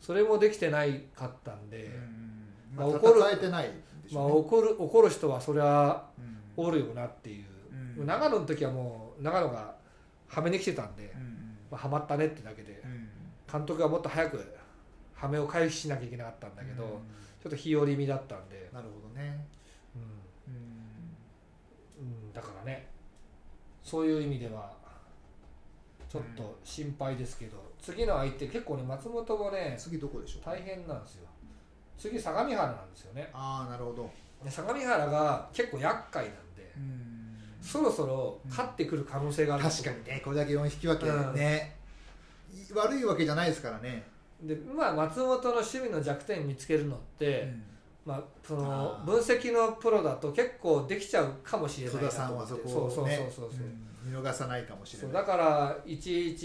Speaker 2: それもできてないかったんで、
Speaker 1: うん
Speaker 2: ま
Speaker 1: ま
Speaker 2: あ
Speaker 1: あ
Speaker 2: 怒る
Speaker 1: 戦えてないでし
Speaker 2: まあ、
Speaker 1: ょ
Speaker 2: 怒る怒る人はそりゃ
Speaker 1: うねうん
Speaker 2: おるよなっていう、
Speaker 1: うん
Speaker 2: 長野の時はもう長野がはめに来てたんで、
Speaker 1: うん
Speaker 2: まあ、はまったねってだけで
Speaker 1: うんうん
Speaker 2: 監督がもっと早くはめを回避しなきゃいけなかったんだけど、
Speaker 1: うん
Speaker 2: ちょっと日和気味だったんで、
Speaker 1: なるほどね
Speaker 2: う
Speaker 1: うん
Speaker 2: んうん、だからねそういう意味ではちょっと心配ですけど、次の相手結構ね松本もね
Speaker 1: 次どこでしょう
Speaker 2: 大変なんですよ次相模原なんですよね
Speaker 1: ああなるほど
Speaker 2: で相模原が結構厄介なんで、
Speaker 1: うん
Speaker 2: そろそろ勝ってくる可能性がある
Speaker 1: 確かにねこれだけ4引き分け
Speaker 2: うん
Speaker 1: ねい悪いわけじゃないですからね
Speaker 2: でまあ松本の守備の弱点見つけるのって、まあ、その
Speaker 1: あー
Speaker 2: 分析のプロだと結構できちゃうかもしれ
Speaker 1: 戸
Speaker 2: ない
Speaker 1: 田
Speaker 2: な
Speaker 1: さ
Speaker 2: と
Speaker 1: ん
Speaker 2: 思
Speaker 1: は
Speaker 2: って
Speaker 1: そこ
Speaker 2: そ
Speaker 1: を
Speaker 2: う
Speaker 1: ね
Speaker 2: そうそうそうそう,、
Speaker 1: うん見逃さないかもし
Speaker 2: そ
Speaker 1: れ
Speaker 2: う
Speaker 1: ない
Speaker 2: だから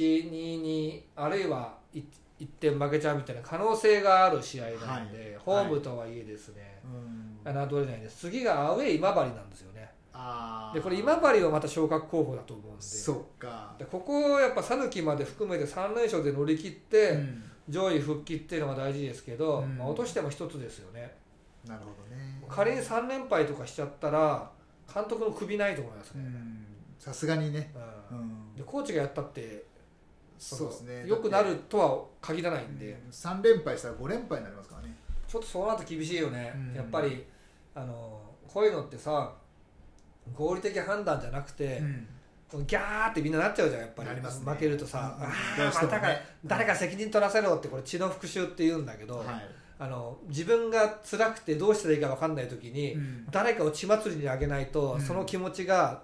Speaker 2: 1122あるいは 1, 1点負けちゃうみたいな可能性がある試合なんで、ホームとはいえですね、
Speaker 1: うん
Speaker 2: 侮れないです次がアウェー今治なんですよね
Speaker 1: あー
Speaker 2: でこれ今治はまた昇格候補だと思うんで
Speaker 1: そっか
Speaker 2: でここをやっぱ讃岐まで含めて3連勝で乗り切って、
Speaker 1: うん
Speaker 2: 上位復帰っていうのが大事ですけど、
Speaker 1: うん
Speaker 2: まあ、落としても一つですよね
Speaker 1: なるほどね
Speaker 2: 仮に3連敗とかしちゃったら監督の首ないと思います
Speaker 1: う
Speaker 2: ね、
Speaker 1: んさすがにね
Speaker 2: う
Speaker 1: うんん
Speaker 2: でコーチがやったって
Speaker 1: そうですね
Speaker 2: よくな
Speaker 1: だっ
Speaker 2: るとは限らないん
Speaker 1: て
Speaker 2: で、
Speaker 1: うん3連敗したら5連敗になりますからね
Speaker 2: ちょっとそうなると厳しいよね、
Speaker 1: うん
Speaker 2: やっぱりあのこういうのってさ合理的判断じゃなくて、ギャーってみんななっちゃうじゃんやっぱり
Speaker 1: なりますね
Speaker 2: 負けるとさ、
Speaker 1: うん
Speaker 2: あ
Speaker 1: どう
Speaker 2: あ
Speaker 1: して
Speaker 2: ま
Speaker 1: もね
Speaker 2: たか誰か責任取らせろってこれ血の復讐って言うんだけど、
Speaker 1: はい
Speaker 2: あの自分が辛くてどうしたらいいか分かんない時に、
Speaker 1: うん
Speaker 2: 誰かを血祭りにあげないと、
Speaker 1: うん
Speaker 2: その気持ちが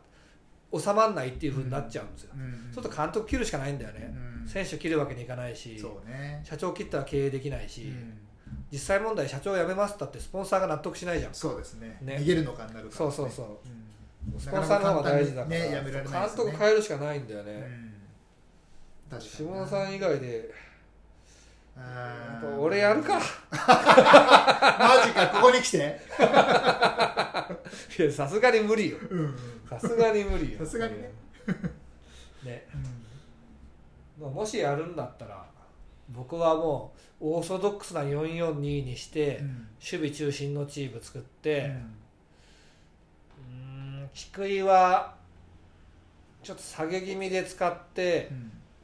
Speaker 2: 収まらないっていうふうになっちゃうんですよ、
Speaker 1: うん
Speaker 2: ちょっと監督切るしかないんだよ
Speaker 1: う
Speaker 2: ね、
Speaker 1: ん
Speaker 2: 選手切るわけにいかないし
Speaker 1: そうね
Speaker 2: 社長切ったら経営できないし、
Speaker 1: うん
Speaker 2: 実際問題社長辞めますったってスポンサーが納得しないじゃん
Speaker 1: そうですね
Speaker 2: ね
Speaker 1: 逃げるのかになるからね
Speaker 2: そうそうそう
Speaker 1: うん
Speaker 2: スポンサーの方が大事だから
Speaker 1: なかなか簡単にねやめられないですね
Speaker 2: 監督変えるしかないんだよ
Speaker 1: う
Speaker 2: ね、
Speaker 1: ん確か
Speaker 2: 下
Speaker 1: にな
Speaker 2: 野さん以外でや
Speaker 1: あ
Speaker 2: っぱ
Speaker 1: ー
Speaker 2: 俺やるか
Speaker 1: マジかここに来て
Speaker 2: いやさすがに無理よ
Speaker 1: うん
Speaker 2: さすがに無理よ
Speaker 1: さすがにね
Speaker 2: ねまあ、もしやるんだったら僕はもうオーソドックスな442にして、守備中心のチーム作ってうーん菊井はちょっと下げ気味で使って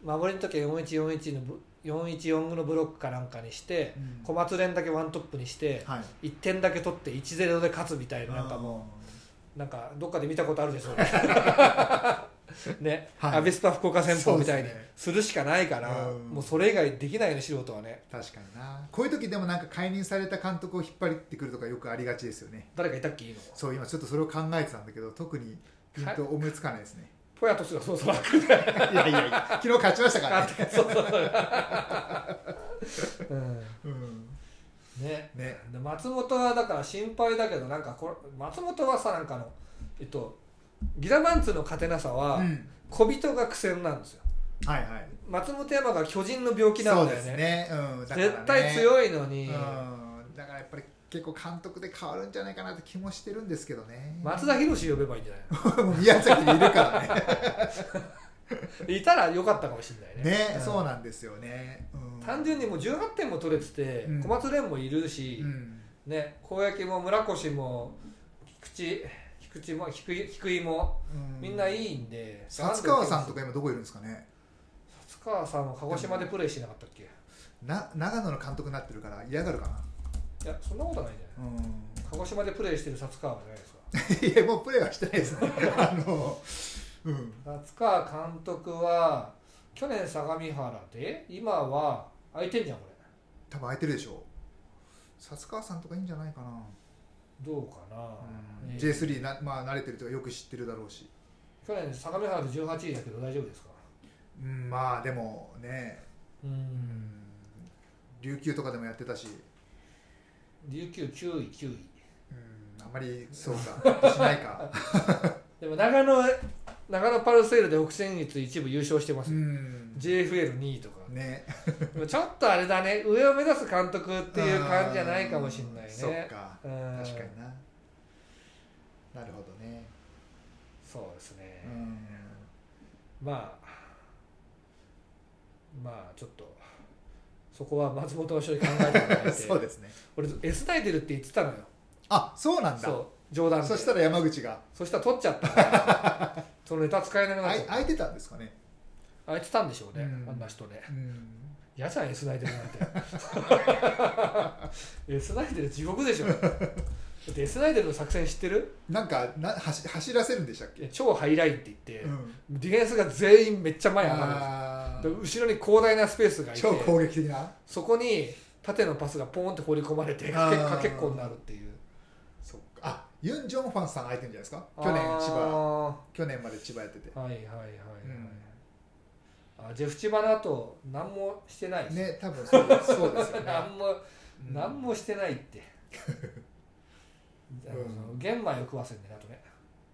Speaker 2: 守りの時は4141のブ4145のブロックかなんかにして小松連だけワントップにして
Speaker 1: はい
Speaker 2: 1点だけ取って1-0で勝つみたいななんかもうなんかどっかで見たことあるでしょうねね、
Speaker 1: はい
Speaker 2: アベスパ福岡戦法みたいに
Speaker 1: そうですね
Speaker 2: するしかないから、
Speaker 1: うん
Speaker 2: もうそれ以外できないね素人はね
Speaker 1: 確かになこういう時でもなんか解任された監督を引っ張ってくるとかよくありがちですよね
Speaker 2: 誰かいたっけいいの
Speaker 1: そう今ちょっとそれを考えてたんだけど特にピンと思いつかないですね
Speaker 2: ポヤトスがそうそう
Speaker 1: いやいやいや昨日勝ちま したからね、
Speaker 2: そうそう、うん
Speaker 1: うん、
Speaker 2: ね
Speaker 1: ね
Speaker 2: で松本はだから心配だけどなんかこれ松本はさなんかあのえっとギラマンツの勝てなさは、
Speaker 1: うん
Speaker 2: 小人が苦戦なんですよ
Speaker 1: はいはい
Speaker 2: 松本山が巨人の病気な
Speaker 1: そ
Speaker 2: ん
Speaker 1: う
Speaker 2: だ
Speaker 1: で
Speaker 2: よ
Speaker 1: す
Speaker 2: ね
Speaker 1: ねうんだからね
Speaker 2: 絶対強いの
Speaker 1: うん
Speaker 2: に、
Speaker 1: だからやっぱり結構監督で変わるんじゃないかなって気もしてるんですけどね
Speaker 2: 松田博士呼べばいいんじゃない
Speaker 1: もう宮崎にいるから ね
Speaker 2: のいたらよかったかもしれないね
Speaker 1: ね、
Speaker 2: うん
Speaker 1: そうなんですよね、うん、
Speaker 2: 単純にもう18点も取れてて、
Speaker 1: うん
Speaker 2: 小松蓮もいるし、
Speaker 1: うん
Speaker 2: ね小焼も村越も菊池菊池も菊井菊井も
Speaker 1: うん
Speaker 2: みんないいんで
Speaker 1: 薩川さんとか今どこいるんですかね
Speaker 2: 薩川さんは鹿児島でプレーしてなかったっけ
Speaker 1: な長野の監督になってるから嫌がるかな、
Speaker 2: いやそんなことないんじゃな
Speaker 1: う
Speaker 2: い鹿児島でプレーしてる薩川じゃないですか
Speaker 1: ん、いやもうプレーはしてないですね あのうん
Speaker 2: 薩川監督は去年相模原で今は空いてんじゃんこれ
Speaker 1: 多分空いてるでしょう薩川さんとかいいんじゃないかな、
Speaker 2: どうかな、
Speaker 1: うん
Speaker 2: えー
Speaker 1: J3 な、まあ、慣れてるとかよく知ってるだろうし、
Speaker 2: 去年相模原で18位だけど大丈夫ですか
Speaker 1: うん、まあでもね、
Speaker 2: う
Speaker 1: うんん、琉球とかでもやってたし、
Speaker 2: 琉球9位9位
Speaker 1: うん、あんまりそうか しないか
Speaker 2: でも長野長野パルセールで北戦率一部優勝してます
Speaker 1: う
Speaker 2: よ、
Speaker 1: ん
Speaker 2: JFL2 位とか
Speaker 1: ね
Speaker 2: ちょっとあれだね上を目指す監督っていう感じじゃないかもしれな
Speaker 1: う
Speaker 2: い
Speaker 1: んそっ
Speaker 2: ね
Speaker 1: か
Speaker 2: うん
Speaker 1: 確かにななるほどね、
Speaker 2: そうですね
Speaker 1: う、ん、
Speaker 2: まあまあちょっとそこは松本の人に考えてもらえ て
Speaker 1: そうですね
Speaker 2: 俺 S ナイデルって言ってたのよ
Speaker 1: あそうなんだ
Speaker 2: そう冗談で
Speaker 1: そしたら山口が
Speaker 2: そしたら取っちゃったから そのネタ使えなくな
Speaker 1: あ
Speaker 2: っちゃ
Speaker 1: い
Speaker 2: った
Speaker 1: 空いてたんですかね、
Speaker 2: あいつたんでしょうね、
Speaker 1: うん
Speaker 2: あんな人ね
Speaker 1: うん、
Speaker 2: 嫌じゃん S ナイデルなんて S ナイデル地獄でしょだって S ナイデルの作戦知ってる
Speaker 1: なんかな走走らせるんでしたっけ、
Speaker 2: 超ハイラインって言って、
Speaker 1: うん、
Speaker 2: ディフェンスが全員めっちゃ前上がるんです
Speaker 1: あ
Speaker 2: だか
Speaker 1: ー
Speaker 2: ら後ろに広大なスペースがいて
Speaker 1: 超攻撃的な
Speaker 2: そこに縦のパスがポーンって放り込まれて
Speaker 1: あ
Speaker 2: かけ
Speaker 1: ー
Speaker 2: かけっこになるっていう
Speaker 1: そっかあユン・ジョンファンさん空いてるんじゃないですか去年千葉
Speaker 2: 葉
Speaker 1: 去年まで千葉やってて
Speaker 2: はいはいはいはい、
Speaker 1: うん
Speaker 2: あジェフ千葉の後何もしてないです、
Speaker 1: ね多分そうですそうです よね、
Speaker 2: 何も、
Speaker 1: うん
Speaker 2: 何もしてないってあの
Speaker 1: うん
Speaker 2: その玄米を食わせんねあとね、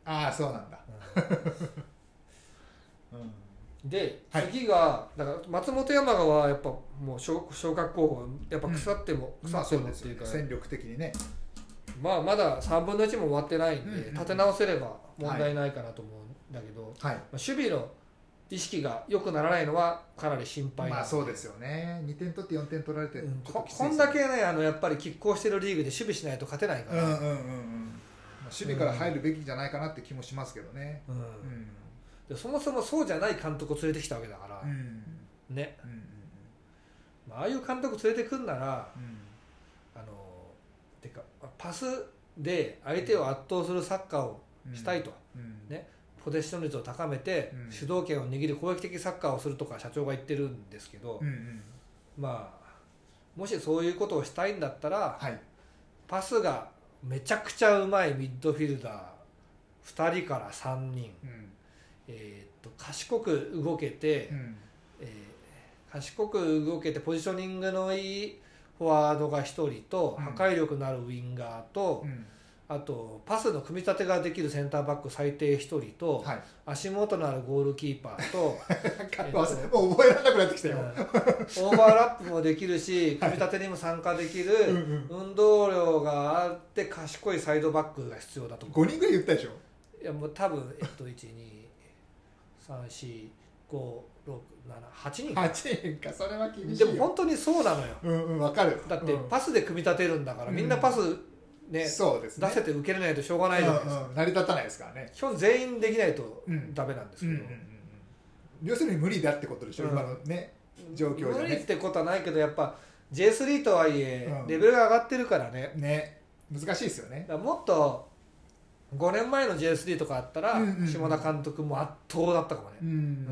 Speaker 1: ああそうなんだ、 うん、
Speaker 2: うんで、
Speaker 1: はい
Speaker 2: 次がだから松本山雅はやっぱもう昇昇格候補やっぱ腐っても、腐
Speaker 1: まあ
Speaker 2: って
Speaker 1: そう
Speaker 2: もっ
Speaker 1: で
Speaker 2: て
Speaker 1: す
Speaker 2: い
Speaker 1: よ
Speaker 2: うか、
Speaker 1: ね戦力的にね
Speaker 2: まあまだ3分の1も終わってないんで、
Speaker 1: うんうんうん
Speaker 2: 立て直せれば問題ないかなと思うんだけど、ま
Speaker 1: はい
Speaker 2: あ、守備の意識が良くならないのはかなり心配
Speaker 1: まあそうです
Speaker 2: よ、
Speaker 1: よね2点取って4点取られて、
Speaker 2: うん
Speaker 1: ちょっ
Speaker 2: こと
Speaker 1: きつい
Speaker 2: こ
Speaker 1: です
Speaker 2: ん
Speaker 1: ね
Speaker 2: だけねあのやっぱり拮抗してるリーグで守備しないと勝てないか
Speaker 1: うんうん
Speaker 2: ら、
Speaker 1: うんうんまあ守備から入るべきじゃないかなって気もしますけどね
Speaker 2: うん
Speaker 1: うん
Speaker 2: でそもそもそうじゃない監督を連れてきたわけだから、
Speaker 1: うん
Speaker 2: ね、
Speaker 1: うん
Speaker 2: まあああいう監督連れてくんなら
Speaker 1: うんうん
Speaker 2: あのてかパスで相手を圧倒するサッカーを
Speaker 1: うん
Speaker 2: したいと、
Speaker 1: うん
Speaker 2: ねポゼッション率を高めて、
Speaker 1: うん
Speaker 2: 主導権を握る攻撃的サッカーをするとか社長が言ってるんですけど、
Speaker 1: うんうん
Speaker 2: まあもしそういうことをしたいんだったら
Speaker 1: はい
Speaker 2: パスがめちゃくちゃうまいミッドフィルダー2人から3人、
Speaker 1: うん
Speaker 2: えーっと賢く動けて、
Speaker 1: うん
Speaker 2: えー賢く動けてポジショニングのいいフォワードが1人と
Speaker 1: うん
Speaker 2: 破壊力のあるウィンガーと、
Speaker 1: うん
Speaker 2: あとパスの組み立てができるセンターバック最低1人と、
Speaker 1: はい
Speaker 2: 足元のあるゴールキーパー と
Speaker 1: なんか忘れもう覚えられなくなってきた
Speaker 2: うん
Speaker 1: よ
Speaker 2: オーバーラップもできるし組み立てにも参加できる、
Speaker 1: うんうん
Speaker 2: 運動量があって賢いサイドバックが必要だと思
Speaker 1: 5人ぐらい言ったでしょ
Speaker 2: ういやもう多分えっと1234567人か
Speaker 1: 8人かそれは厳し
Speaker 2: で
Speaker 1: い
Speaker 2: も
Speaker 1: よ
Speaker 2: 本当にそうなのよ
Speaker 1: うんうんわかる
Speaker 2: だって
Speaker 1: うん
Speaker 2: パスで組み立てるんだから、
Speaker 1: うん
Speaker 2: みんなパスね、
Speaker 1: そうですね
Speaker 2: 出せて受けれないとしょうがないじゃないですか、
Speaker 1: うんうん成り立たないですからね
Speaker 2: 基本全員できないと
Speaker 1: うん
Speaker 2: ダメなんです
Speaker 1: うん
Speaker 2: け
Speaker 1: うん
Speaker 2: ど、
Speaker 1: うんうん要するに無理だってことでしょ
Speaker 2: うん
Speaker 1: 今のね状況じゃね
Speaker 2: 無理ってことはないけどやっぱ J3 とはいえ
Speaker 1: うん
Speaker 2: レベルが上がってるからね、
Speaker 1: ね難しいですよね
Speaker 2: だからもっと5年前の J3 とかあったら、
Speaker 1: うんうんうん
Speaker 2: 下田監督も圧倒だったかもね
Speaker 1: うん、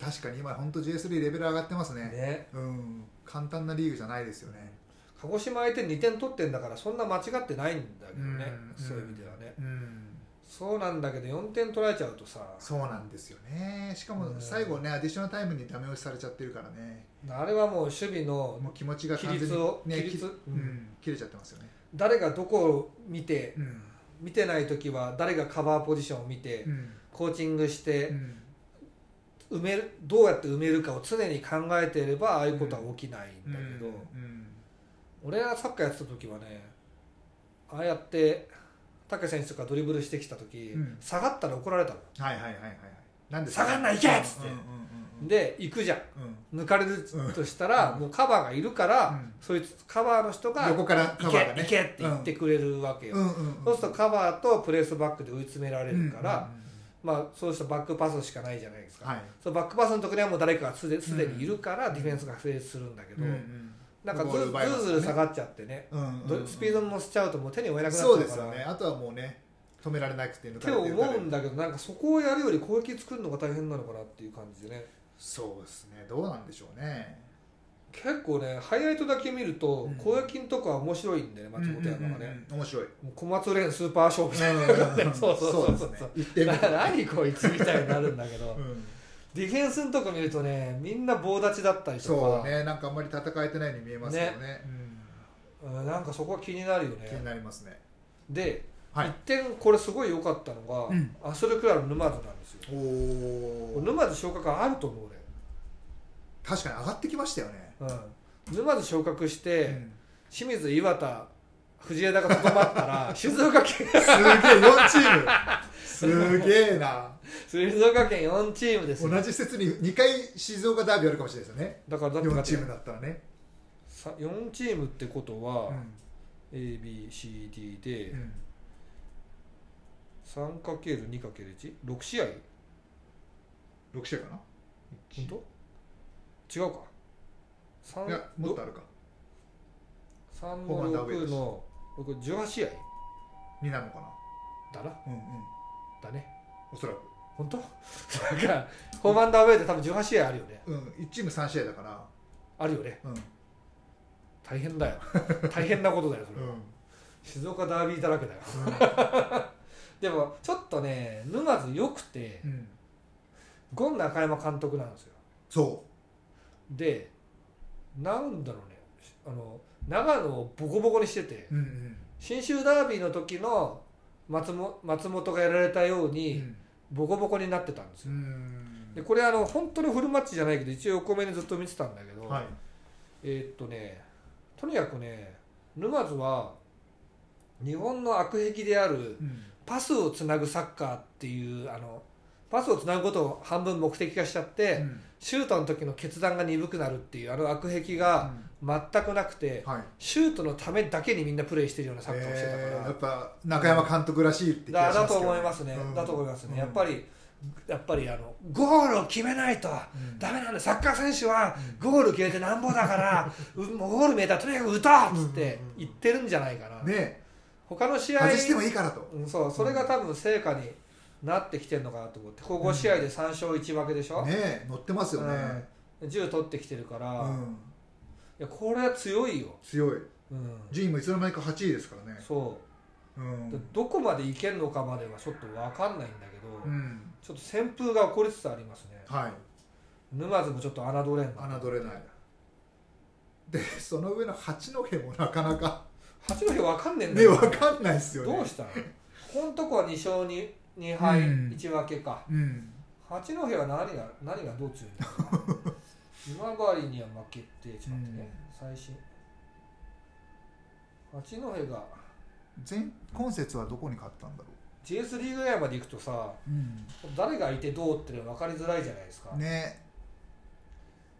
Speaker 1: 確かに今本当 J3 レベル上がってますね
Speaker 2: ね
Speaker 1: うん簡単なリーグじゃないですよね
Speaker 2: 鹿児島相手に2点取ってんだからそんな間違ってないんだけどね、
Speaker 1: うん
Speaker 2: そういう意味ではね、
Speaker 1: うん
Speaker 2: そうなんだけど4点取られちゃうとさ
Speaker 1: そうなんですよねしかも
Speaker 2: うん
Speaker 1: 最後ねアディショナルタイムにダメ押しされちゃってるからね
Speaker 2: あれはもう守備の
Speaker 1: もう気持ちが
Speaker 2: 規
Speaker 1: 完全
Speaker 2: 律
Speaker 1: に
Speaker 2: を、
Speaker 1: ね
Speaker 2: 規律、
Speaker 1: きうん切れちゃってますよね
Speaker 2: 誰がどこを見て
Speaker 1: うん
Speaker 2: 見てない時は誰がカバーポジションを見て、
Speaker 1: うん
Speaker 2: コーチングして、
Speaker 1: うん
Speaker 2: 埋めるどうやって埋めるかを常に考えていればああいうことは起きないんだけど、
Speaker 1: うん
Speaker 2: 俺がサッカーやってた時はねああやって武選手とかドリブルしてきた時、
Speaker 1: うん
Speaker 2: 下がったら怒られたの、
Speaker 1: はいはいはいはいはいなんで
Speaker 2: 下がんない行けっつって
Speaker 1: うんうんうん
Speaker 2: で行くじゃん
Speaker 1: うんうん
Speaker 2: 抜かれるとしたら、
Speaker 1: うん
Speaker 2: もうカバーがいるから、
Speaker 1: うん
Speaker 2: そいつカバーの人が「
Speaker 1: 横からカ
Speaker 2: 行
Speaker 1: バ
Speaker 2: け
Speaker 1: ーがね
Speaker 2: 行け」って言ってくれるわけよ、
Speaker 1: うんうんうん
Speaker 2: そうするとカバーとプレスバックで追い詰められるから、
Speaker 1: うんうん
Speaker 2: まあ、そうしたバックパスしかないじゃないですか、
Speaker 1: はい
Speaker 2: そのバックパスの時にはもう誰かがすですでにいるからディフェンスが成立するんだけど、なんかず
Speaker 1: ボール奪います
Speaker 2: ず
Speaker 1: ね
Speaker 2: るずる下がっちゃってね、
Speaker 1: うんうん
Speaker 2: ど
Speaker 1: うん
Speaker 2: スピードに乗せちゃうともう手に負えなくなっちゃ
Speaker 1: そうう
Speaker 2: から
Speaker 1: ですよねあとはもうね止められなくて抜
Speaker 2: っ
Speaker 1: か
Speaker 2: て
Speaker 1: れてるか
Speaker 2: 思
Speaker 1: ら
Speaker 2: うんだけどなんかそこをやるより攻撃作るのが大変なのかなっていう感じでね
Speaker 1: そうですねどうなんでしょうね
Speaker 2: 結構ねハイライトだけ見ると、
Speaker 1: うん
Speaker 2: 攻撃のとこは面白いんだよね松本山がね、
Speaker 1: うんうんうん面白い
Speaker 2: もう小松蓮スーパー勝負みたいな感じで、 そうそうそうそう
Speaker 1: ですね一点目
Speaker 2: な何こいつみたいになるんだけど、
Speaker 1: う ん
Speaker 2: ディフェンスのとこ見るとねみんな棒立ちだったりとか
Speaker 1: そうねなんかあんまり戦えてないように見えますよね
Speaker 2: うんなんかそこは気になるよ
Speaker 1: うん気に
Speaker 2: ね
Speaker 1: なりますね
Speaker 2: で、
Speaker 1: は
Speaker 2: 一
Speaker 1: い
Speaker 2: 点これすごい良かったのが、
Speaker 1: うん
Speaker 2: アスルクラの沼津なんですよ
Speaker 1: おお
Speaker 2: 沼津昇格あると思う
Speaker 1: 確かに上がってきましたよね
Speaker 2: 俺、うん、沼津昇格して、
Speaker 1: うん
Speaker 2: 清水岩田藤枝がとどまった ら静岡県
Speaker 1: すげえ4チームすげえな
Speaker 2: 静岡県4チームですよ
Speaker 1: 同じ施設に2回静岡ダービーあるかもしれないですよね
Speaker 2: だからだって
Speaker 1: 4チームだったらね
Speaker 2: さ4チームってこと
Speaker 1: う
Speaker 2: は、
Speaker 1: ん
Speaker 2: ABCD で、
Speaker 1: うん
Speaker 2: 3×2×16 試合
Speaker 1: 6試合かな
Speaker 2: 本当違うか
Speaker 1: いやもっとあるか
Speaker 2: 3
Speaker 1: ホームアンドア
Speaker 2: の
Speaker 1: ウェイだ
Speaker 2: 6
Speaker 1: し
Speaker 2: の僕18試合
Speaker 1: になるのかな
Speaker 2: だな
Speaker 1: うんうん
Speaker 2: だね
Speaker 1: おそらく
Speaker 2: 本当 だからホームアンドアウェイで多分18試合あるよね
Speaker 1: うん1チーム3試合だから
Speaker 2: あるよね
Speaker 1: うんうん
Speaker 2: 大変だよ大変なことだよそれは、静岡ダービーだらけだよ でもちょっとね沼津良くて
Speaker 1: うんうん
Speaker 2: ゴン中山監督なんですよ
Speaker 1: そ
Speaker 2: でなんだろうねあの長野をボコボコにしてて
Speaker 1: ううんうん
Speaker 2: 信州ダービーの時の松も松本がやられたように、ボコボコになってたんです
Speaker 1: う
Speaker 2: よ、
Speaker 1: ん
Speaker 2: でこれあの本当にフルマッチじゃないけど一応横目にずっと見てたんだけど、
Speaker 1: はい
Speaker 2: えーっとねとにかくね沼津は日本の悪癖である
Speaker 1: うん
Speaker 2: パスをつなぐサッカーっていうあのパスをつなぐことを半分目的化しちゃって、
Speaker 1: うん
Speaker 2: シュートの時の決断が鈍くなるっていうあの悪癖
Speaker 1: う
Speaker 2: が
Speaker 1: ん
Speaker 2: 全くなくて、
Speaker 1: はい
Speaker 2: シュートのためだけにみんなプレーしてるようなサッカーをしてたから、
Speaker 1: えーやっぱ中山監督らしいって気が
Speaker 2: だ
Speaker 1: し
Speaker 2: だ
Speaker 1: ます
Speaker 2: と
Speaker 1: けど
Speaker 2: 思いますね、
Speaker 1: うん
Speaker 2: だと思いますね、
Speaker 1: うん
Speaker 2: やっぱりやっぱりあのゴールを決めないと
Speaker 1: うん
Speaker 2: ダメなんだサッカー選手はゴール決めてなんぼだ から、うもうゴール見えたらとにかく打とうっつって
Speaker 1: うんうんうん
Speaker 2: 言ってるんじゃないかな、
Speaker 1: ね
Speaker 2: 他の試合
Speaker 1: 外してもいいからと
Speaker 2: うん、そうそれが多分成果になってきてるのかなと思ってここ5試合で3勝1分けでしょ、
Speaker 1: ね乗ってますよね
Speaker 2: うん、10取ってきてるから、
Speaker 1: う
Speaker 2: い
Speaker 1: ん
Speaker 2: やこれは強いよ、
Speaker 1: 強い
Speaker 2: うん、
Speaker 1: 順位もいつの間にか8位ですからね
Speaker 2: そうう、
Speaker 1: ん
Speaker 2: どこまでいけるのかまではちょっと分かんないんだけど、
Speaker 1: うん
Speaker 2: ちょっと旋風が起こりつつありますね
Speaker 1: はい
Speaker 2: 沼津もちょっと侮れんな
Speaker 1: 侮れないでその上の八戸もなかなか
Speaker 2: 八戸分かんねえんだ
Speaker 1: ね
Speaker 2: よ、
Speaker 1: わかんないですよね
Speaker 2: どうしたのここのとこは2勝 2, 2敗
Speaker 1: うん
Speaker 2: 1分けか、
Speaker 1: うん
Speaker 2: 八戸は何が何がどう強いんだろうな今治には負けてちょっと待ってね、最新八戸が
Speaker 1: 前今節はどこに勝ったんだろ
Speaker 2: J3 ぐらいまで行くとさ
Speaker 1: う、
Speaker 2: 誰がいてどうってのは分かりづらいじゃないですか、
Speaker 1: ね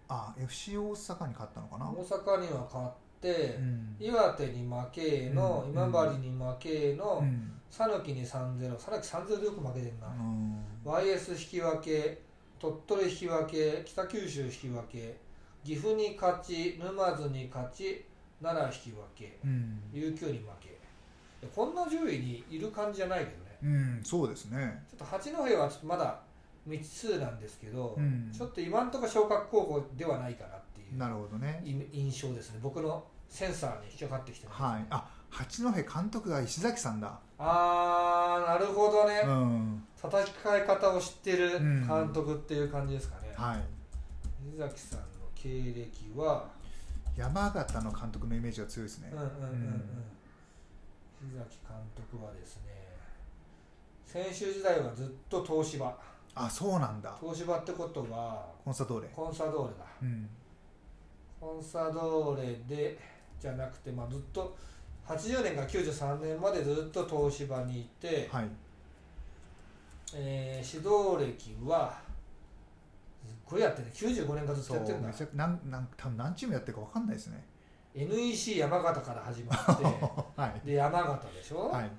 Speaker 1: あ FC 大阪に勝ったのか
Speaker 2: 大
Speaker 1: な
Speaker 2: 阪には勝って、
Speaker 1: ん
Speaker 2: 岩手に負けの、
Speaker 1: うん
Speaker 2: 今治に負け
Speaker 1: う
Speaker 2: の、
Speaker 1: ん
Speaker 2: 讃岐に3-0讃岐3-0でよく負けてんな、
Speaker 1: うん
Speaker 2: YS 引き分け鳥取引き分け北九州引き分け岐阜に勝ち沼津に勝ち奈良引き分け
Speaker 1: うん
Speaker 2: 琉球に負けでこんな順位にいる感じじゃないけどね
Speaker 1: うんそうですね、
Speaker 2: ちょっと八戸はちょっとまだ未知数なんですけど、
Speaker 1: うん、
Speaker 2: ちょっと今んところ昇格候補ではないかなっていう
Speaker 1: なるほどね
Speaker 2: い印象ですね僕のセンサーに引っかかってきてます、
Speaker 1: はいあ八戸監督が石崎さんだ
Speaker 2: あーなるほどね、
Speaker 1: うん
Speaker 2: 叩き替え方を知ってる
Speaker 1: うん
Speaker 2: 監督っていう感じですかね、
Speaker 1: はい
Speaker 2: 水崎さんの経歴は
Speaker 1: 山形の監督のイメージが強いですね
Speaker 2: うんうんうんうん
Speaker 1: うん
Speaker 2: 水崎監督はですね選手時代はずっと東芝
Speaker 1: あそうなんだ
Speaker 2: 東芝ってことは
Speaker 1: コンサドーレ
Speaker 2: コンサドーレだ
Speaker 1: うん
Speaker 2: コンサドーレでじゃなくて、まあ、ずっと80年から93年までずっと東芝にいて、
Speaker 1: はい
Speaker 2: えー指導歴はすっごいやってるね95年からずっと
Speaker 1: そ
Speaker 2: やって
Speaker 1: う
Speaker 2: るんだ
Speaker 1: めちゃくなんなん多分何チームやってるか分かんないですね
Speaker 2: NEC 山形から始ま っ
Speaker 1: はい
Speaker 2: てで山形でしょ、
Speaker 1: はい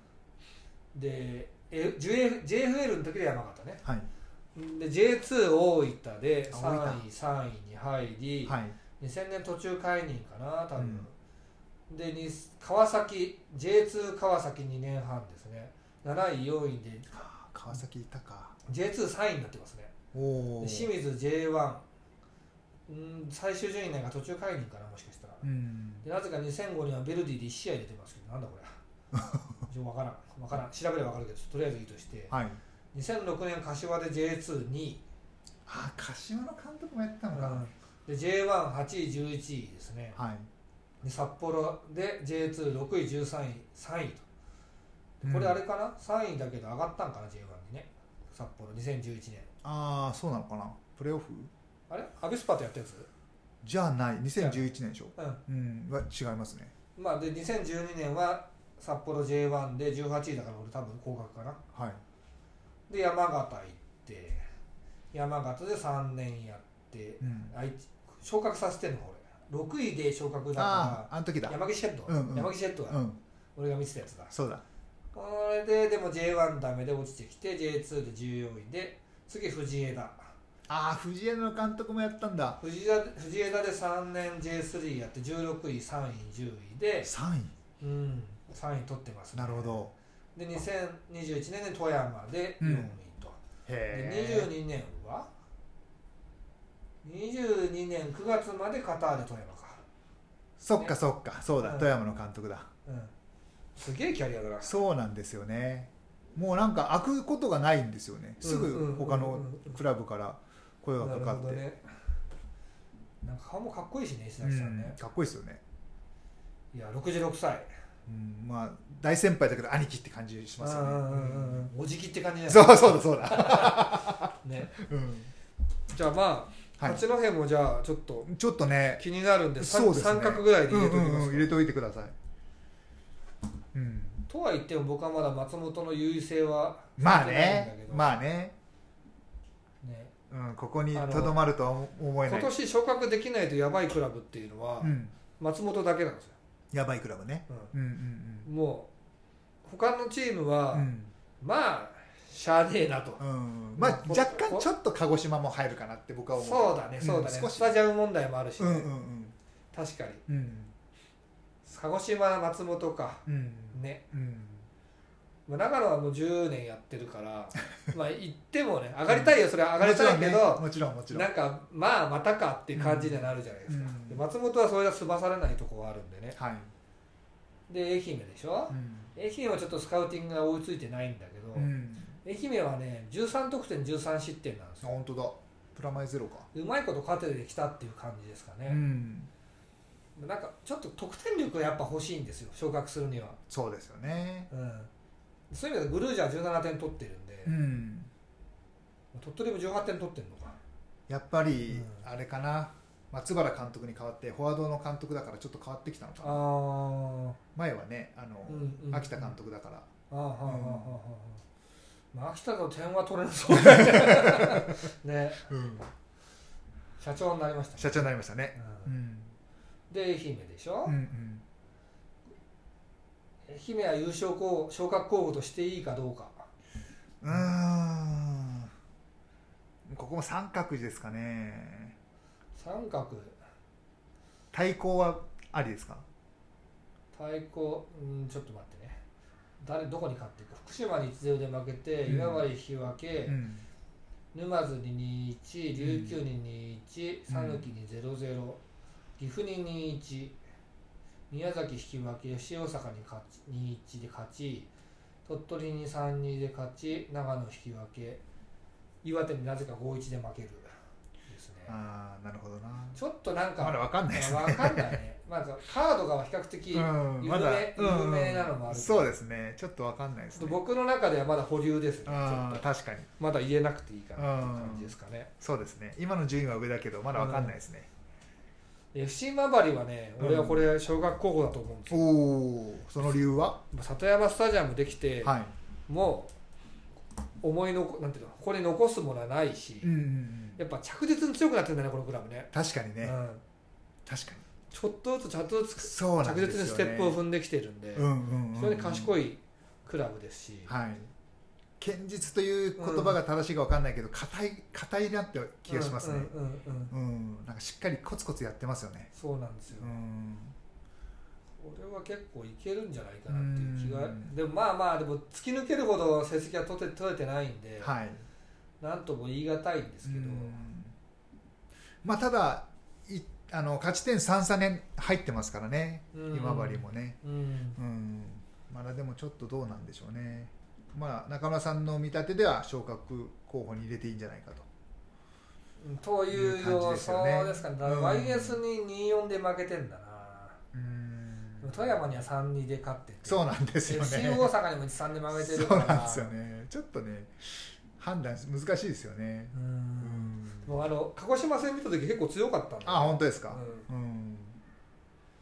Speaker 2: でえ JF JFL の時で山形ね
Speaker 1: はい
Speaker 2: で J2 大分で
Speaker 1: あ
Speaker 2: 3位3位に入り、
Speaker 1: はい
Speaker 2: 2000年途中解任かな多分、でに川崎 J2 川崎2年半ですね7位4位で
Speaker 1: あー川崎いたか
Speaker 2: J23 位になってますね
Speaker 1: お
Speaker 2: で
Speaker 1: お
Speaker 2: 清水 J1 うん最終順位なんか途中解任かなもしかしたら
Speaker 1: うん
Speaker 2: でなぜか2005にはベルディで1試合出てますけどなんだこ れちょ分からん分からん調べれば分かるけどとりあえずいいとして
Speaker 1: はい
Speaker 2: 2006年柏で J22 位
Speaker 1: あー柏の監督もやってたのか、
Speaker 2: で J18 位11位ですね
Speaker 1: はい
Speaker 2: で札幌で J26 位13位3位とでこれ
Speaker 1: うん
Speaker 2: あれかな、3位だけど上がったんかな J1 にね札幌2011年
Speaker 1: ああそうなのかなプレーオフ
Speaker 2: あれアビスパとやったやつ
Speaker 1: じゃない2011年でしょ
Speaker 2: うん
Speaker 1: うんは違いますね
Speaker 2: まあで2012年は札幌 J1 で18位だから俺多分降格かな
Speaker 1: はい
Speaker 2: で山形行って山形で3年やって
Speaker 1: うん
Speaker 2: あい昇格させてんのか俺6位で昇格だ
Speaker 1: あ
Speaker 2: か
Speaker 1: ああの時だ
Speaker 2: ら山岸シェッド、
Speaker 1: うんうん
Speaker 2: 山岸シェッドだ、
Speaker 1: うん
Speaker 2: 俺が見てたやつだ
Speaker 1: そうだ
Speaker 2: これででも J1 ダメで落ちてきて J2 で14位で次藤枝
Speaker 1: ああ藤枝の監督もやったんだ
Speaker 2: 藤枝藤枝で3年 J3 やって16位3位10位で、
Speaker 1: 3
Speaker 2: うん、3位取ってます
Speaker 1: 位なるほど
Speaker 2: で2021年で富山で
Speaker 1: うん
Speaker 2: 4位と、で
Speaker 1: へえ
Speaker 2: 22年は22年9月までカタール富山か、
Speaker 1: そっかそっかそうだ
Speaker 2: うん
Speaker 1: 富山の監督だ
Speaker 2: うん、すげえキャリアだな
Speaker 1: そうなんですよねもうなんか開くことがないんですよねす
Speaker 2: うんうんうん
Speaker 1: ぐ
Speaker 2: うん
Speaker 1: 他のクラブから声が
Speaker 2: な
Speaker 1: か
Speaker 2: る
Speaker 1: か
Speaker 2: ほ
Speaker 1: っ
Speaker 2: ど
Speaker 1: て、
Speaker 2: ねなんか顔もかっこいいしね石
Speaker 1: う
Speaker 2: 崎さん
Speaker 1: ん
Speaker 2: ね、
Speaker 1: かっこいいですよね、
Speaker 2: いや66歳
Speaker 1: うん、まあ大先輩だけど兄貴って感じしますよね、
Speaker 2: うんうんうんうんおじきって感じだよ
Speaker 1: そ
Speaker 2: ね
Speaker 1: うそうだそうだ、
Speaker 2: ね
Speaker 1: うん
Speaker 2: じゃあまあ、
Speaker 1: はい
Speaker 2: 八戸もじゃあちょっと
Speaker 1: ちょっとね
Speaker 2: 気になるんでさ
Speaker 1: そうですね
Speaker 2: 三角ぐらいで入れておきます
Speaker 1: うんう
Speaker 2: か、
Speaker 1: んうん入れておいてください、うん、
Speaker 2: とは言っても僕はまだ松本の優位性は
Speaker 1: まあ
Speaker 2: 感じてないんだ
Speaker 1: ね
Speaker 2: けど
Speaker 1: まあね、
Speaker 2: ね
Speaker 1: うん、ここにとどまるとは思えな
Speaker 2: 今
Speaker 1: い
Speaker 2: 年昇格できないとやばいクラブっていうのは
Speaker 1: うん、
Speaker 2: 松本だけなんですよ、
Speaker 1: やばいクラブね
Speaker 2: うん
Speaker 1: うんうん
Speaker 2: もう他のチームは、
Speaker 1: うんうん
Speaker 2: まあしゃあねえなと、
Speaker 1: うんまあ
Speaker 2: こ
Speaker 1: 若干ちょっと鹿児島も入るかなって僕は思う
Speaker 2: そうだねそうだね、
Speaker 1: ん少
Speaker 2: ス
Speaker 1: し
Speaker 2: タジアム問題もあるし、
Speaker 1: うんうんうん
Speaker 2: 確かに
Speaker 1: うん
Speaker 2: 鹿児島松本か
Speaker 1: うん
Speaker 2: ね
Speaker 1: うん
Speaker 2: まあ長野はもう10年やってるから まあ行ってもね上がりたいよそれは上がりたいけど、
Speaker 1: もちろんねもちろんもちろん
Speaker 2: なんかまあまたかっていう感じにはなるじゃないですか、
Speaker 1: うん
Speaker 2: で松本はそれが済まされないとこがあるんでね
Speaker 1: はい、
Speaker 2: で愛媛でしょ、
Speaker 1: うん
Speaker 2: 愛媛はちょっとスカウティングが追いついてないんだけど、
Speaker 1: うん、
Speaker 2: 愛媛はね13得点13失点なんです
Speaker 1: あ
Speaker 2: よ
Speaker 1: 本当だプラマイゼロか、
Speaker 2: うまいこと勝ててきたっていう感じですか
Speaker 1: う
Speaker 2: ね、
Speaker 1: ん
Speaker 2: なんかちょっと得点力がやっぱ欲しいんですよ昇格するには、
Speaker 1: そうですよね
Speaker 2: うん、そういう意味ではグルージャー17点取ってるんで、
Speaker 1: うん
Speaker 2: 鳥取も18点取ってるのか
Speaker 1: やっぱり
Speaker 2: うん
Speaker 1: あれかな、松原監督に代わってフォワードの監督だからちょっと変わってきたのか
Speaker 2: ああ
Speaker 1: な前はねあの、
Speaker 2: うんうん
Speaker 1: 秋田監督だから
Speaker 2: ああはあはあ
Speaker 1: うん
Speaker 2: はあはあまあ秋田の点は取れなそうだね ね社長になりました、
Speaker 1: 社長になりましたね、
Speaker 2: う
Speaker 1: うんん、
Speaker 2: で愛媛でしょ、
Speaker 1: うんうん
Speaker 2: 愛媛は優勝候補昇格候補としていいかどうか
Speaker 1: うーんここも三角ですかね
Speaker 2: 三角
Speaker 1: 対抗はありですか
Speaker 2: 対抗うんちょっと待ってね誰どこに勝っていく福島に1 0で負けて
Speaker 1: うん
Speaker 2: 今治引き分け、
Speaker 1: うん
Speaker 2: 沼津に21琉球に21
Speaker 1: うん
Speaker 2: 讃岐に00岐阜に21宮崎引き分け吉大阪に勝ち21で勝ち鳥取に32で勝ち長野引き分け岩手になぜか51で負けるですね
Speaker 1: ああなるほどな
Speaker 2: ちょっとなんか、
Speaker 1: まだわかんないですね
Speaker 2: まあわかんないね。まあ、カードが比較的、
Speaker 1: うんまだ
Speaker 2: 有名なのもある
Speaker 1: うんそうですねちょっとわかんないですね
Speaker 2: 僕の中ではまだ保留ですね。ちょ
Speaker 1: あ
Speaker 2: っ
Speaker 1: ー
Speaker 2: と
Speaker 1: 確かに
Speaker 2: まだ言えなくていいかなっていう感じですかね。
Speaker 1: そうですね今の順位は上だけどまだわかんないですね、
Speaker 2: FC 今治はね、俺はこれ小学校だと思うんですよ。
Speaker 1: おおその理由は、
Speaker 2: 里山スタジアムできて、
Speaker 1: はい
Speaker 2: もう思いのこなんていうのここに残すものはないし、
Speaker 1: うんうんうん
Speaker 2: やっぱ着実に強くなってるんだねこのクラブね。
Speaker 1: 確かに
Speaker 2: う
Speaker 1: ね、
Speaker 2: ん、
Speaker 1: 確かに
Speaker 2: ちょっとずつちゃんとずつ
Speaker 1: そうなん
Speaker 2: 着
Speaker 1: ですよ、ね、
Speaker 2: 実にステップを踏んできてるんで、
Speaker 1: うんうんうん、
Speaker 2: 非常に賢
Speaker 1: い、
Speaker 2: いクラブですし、
Speaker 1: はい、堅実という言葉が正しいかわかんないけど硬、い硬いなって気がしますね
Speaker 2: うんうんうんうん
Speaker 1: うん、なんかしっかりコツコツやってますよね
Speaker 2: そうなんですよ、
Speaker 1: うん
Speaker 2: これは結構いけるんじゃないかなっていう気が
Speaker 1: うん
Speaker 2: でもまあまあでも突き抜けるほど成績は取れ取れてないんで、
Speaker 1: はい
Speaker 2: なんとも言い難いんですけど、
Speaker 1: うんまあただいあの勝ち点3差年入ってますからね、
Speaker 2: うん
Speaker 1: 今治もね、
Speaker 2: うん
Speaker 1: うん、まだでもちょっとどうなんでしょうね、まあ、中村さんの見立てでは昇格候補に入れていいんじゃないかと、
Speaker 2: とい
Speaker 1: いうう感
Speaker 2: よ
Speaker 1: じ
Speaker 2: う
Speaker 1: ですよね
Speaker 2: そうですかねだか
Speaker 1: う
Speaker 2: ら
Speaker 1: ん
Speaker 2: YS に24で負けてんだな、
Speaker 1: うん
Speaker 2: でも富山には32で勝ってて
Speaker 1: そうなんですよ
Speaker 2: FC
Speaker 1: ね
Speaker 2: 大阪にも3で負けてる
Speaker 1: そう
Speaker 2: から
Speaker 1: なんですよねちょっとね判断難しいですよね、
Speaker 2: うん
Speaker 1: うん
Speaker 2: もうあの鹿児島戦見た時結構強かったんだ
Speaker 1: あ本当ですか、
Speaker 2: う
Speaker 1: うん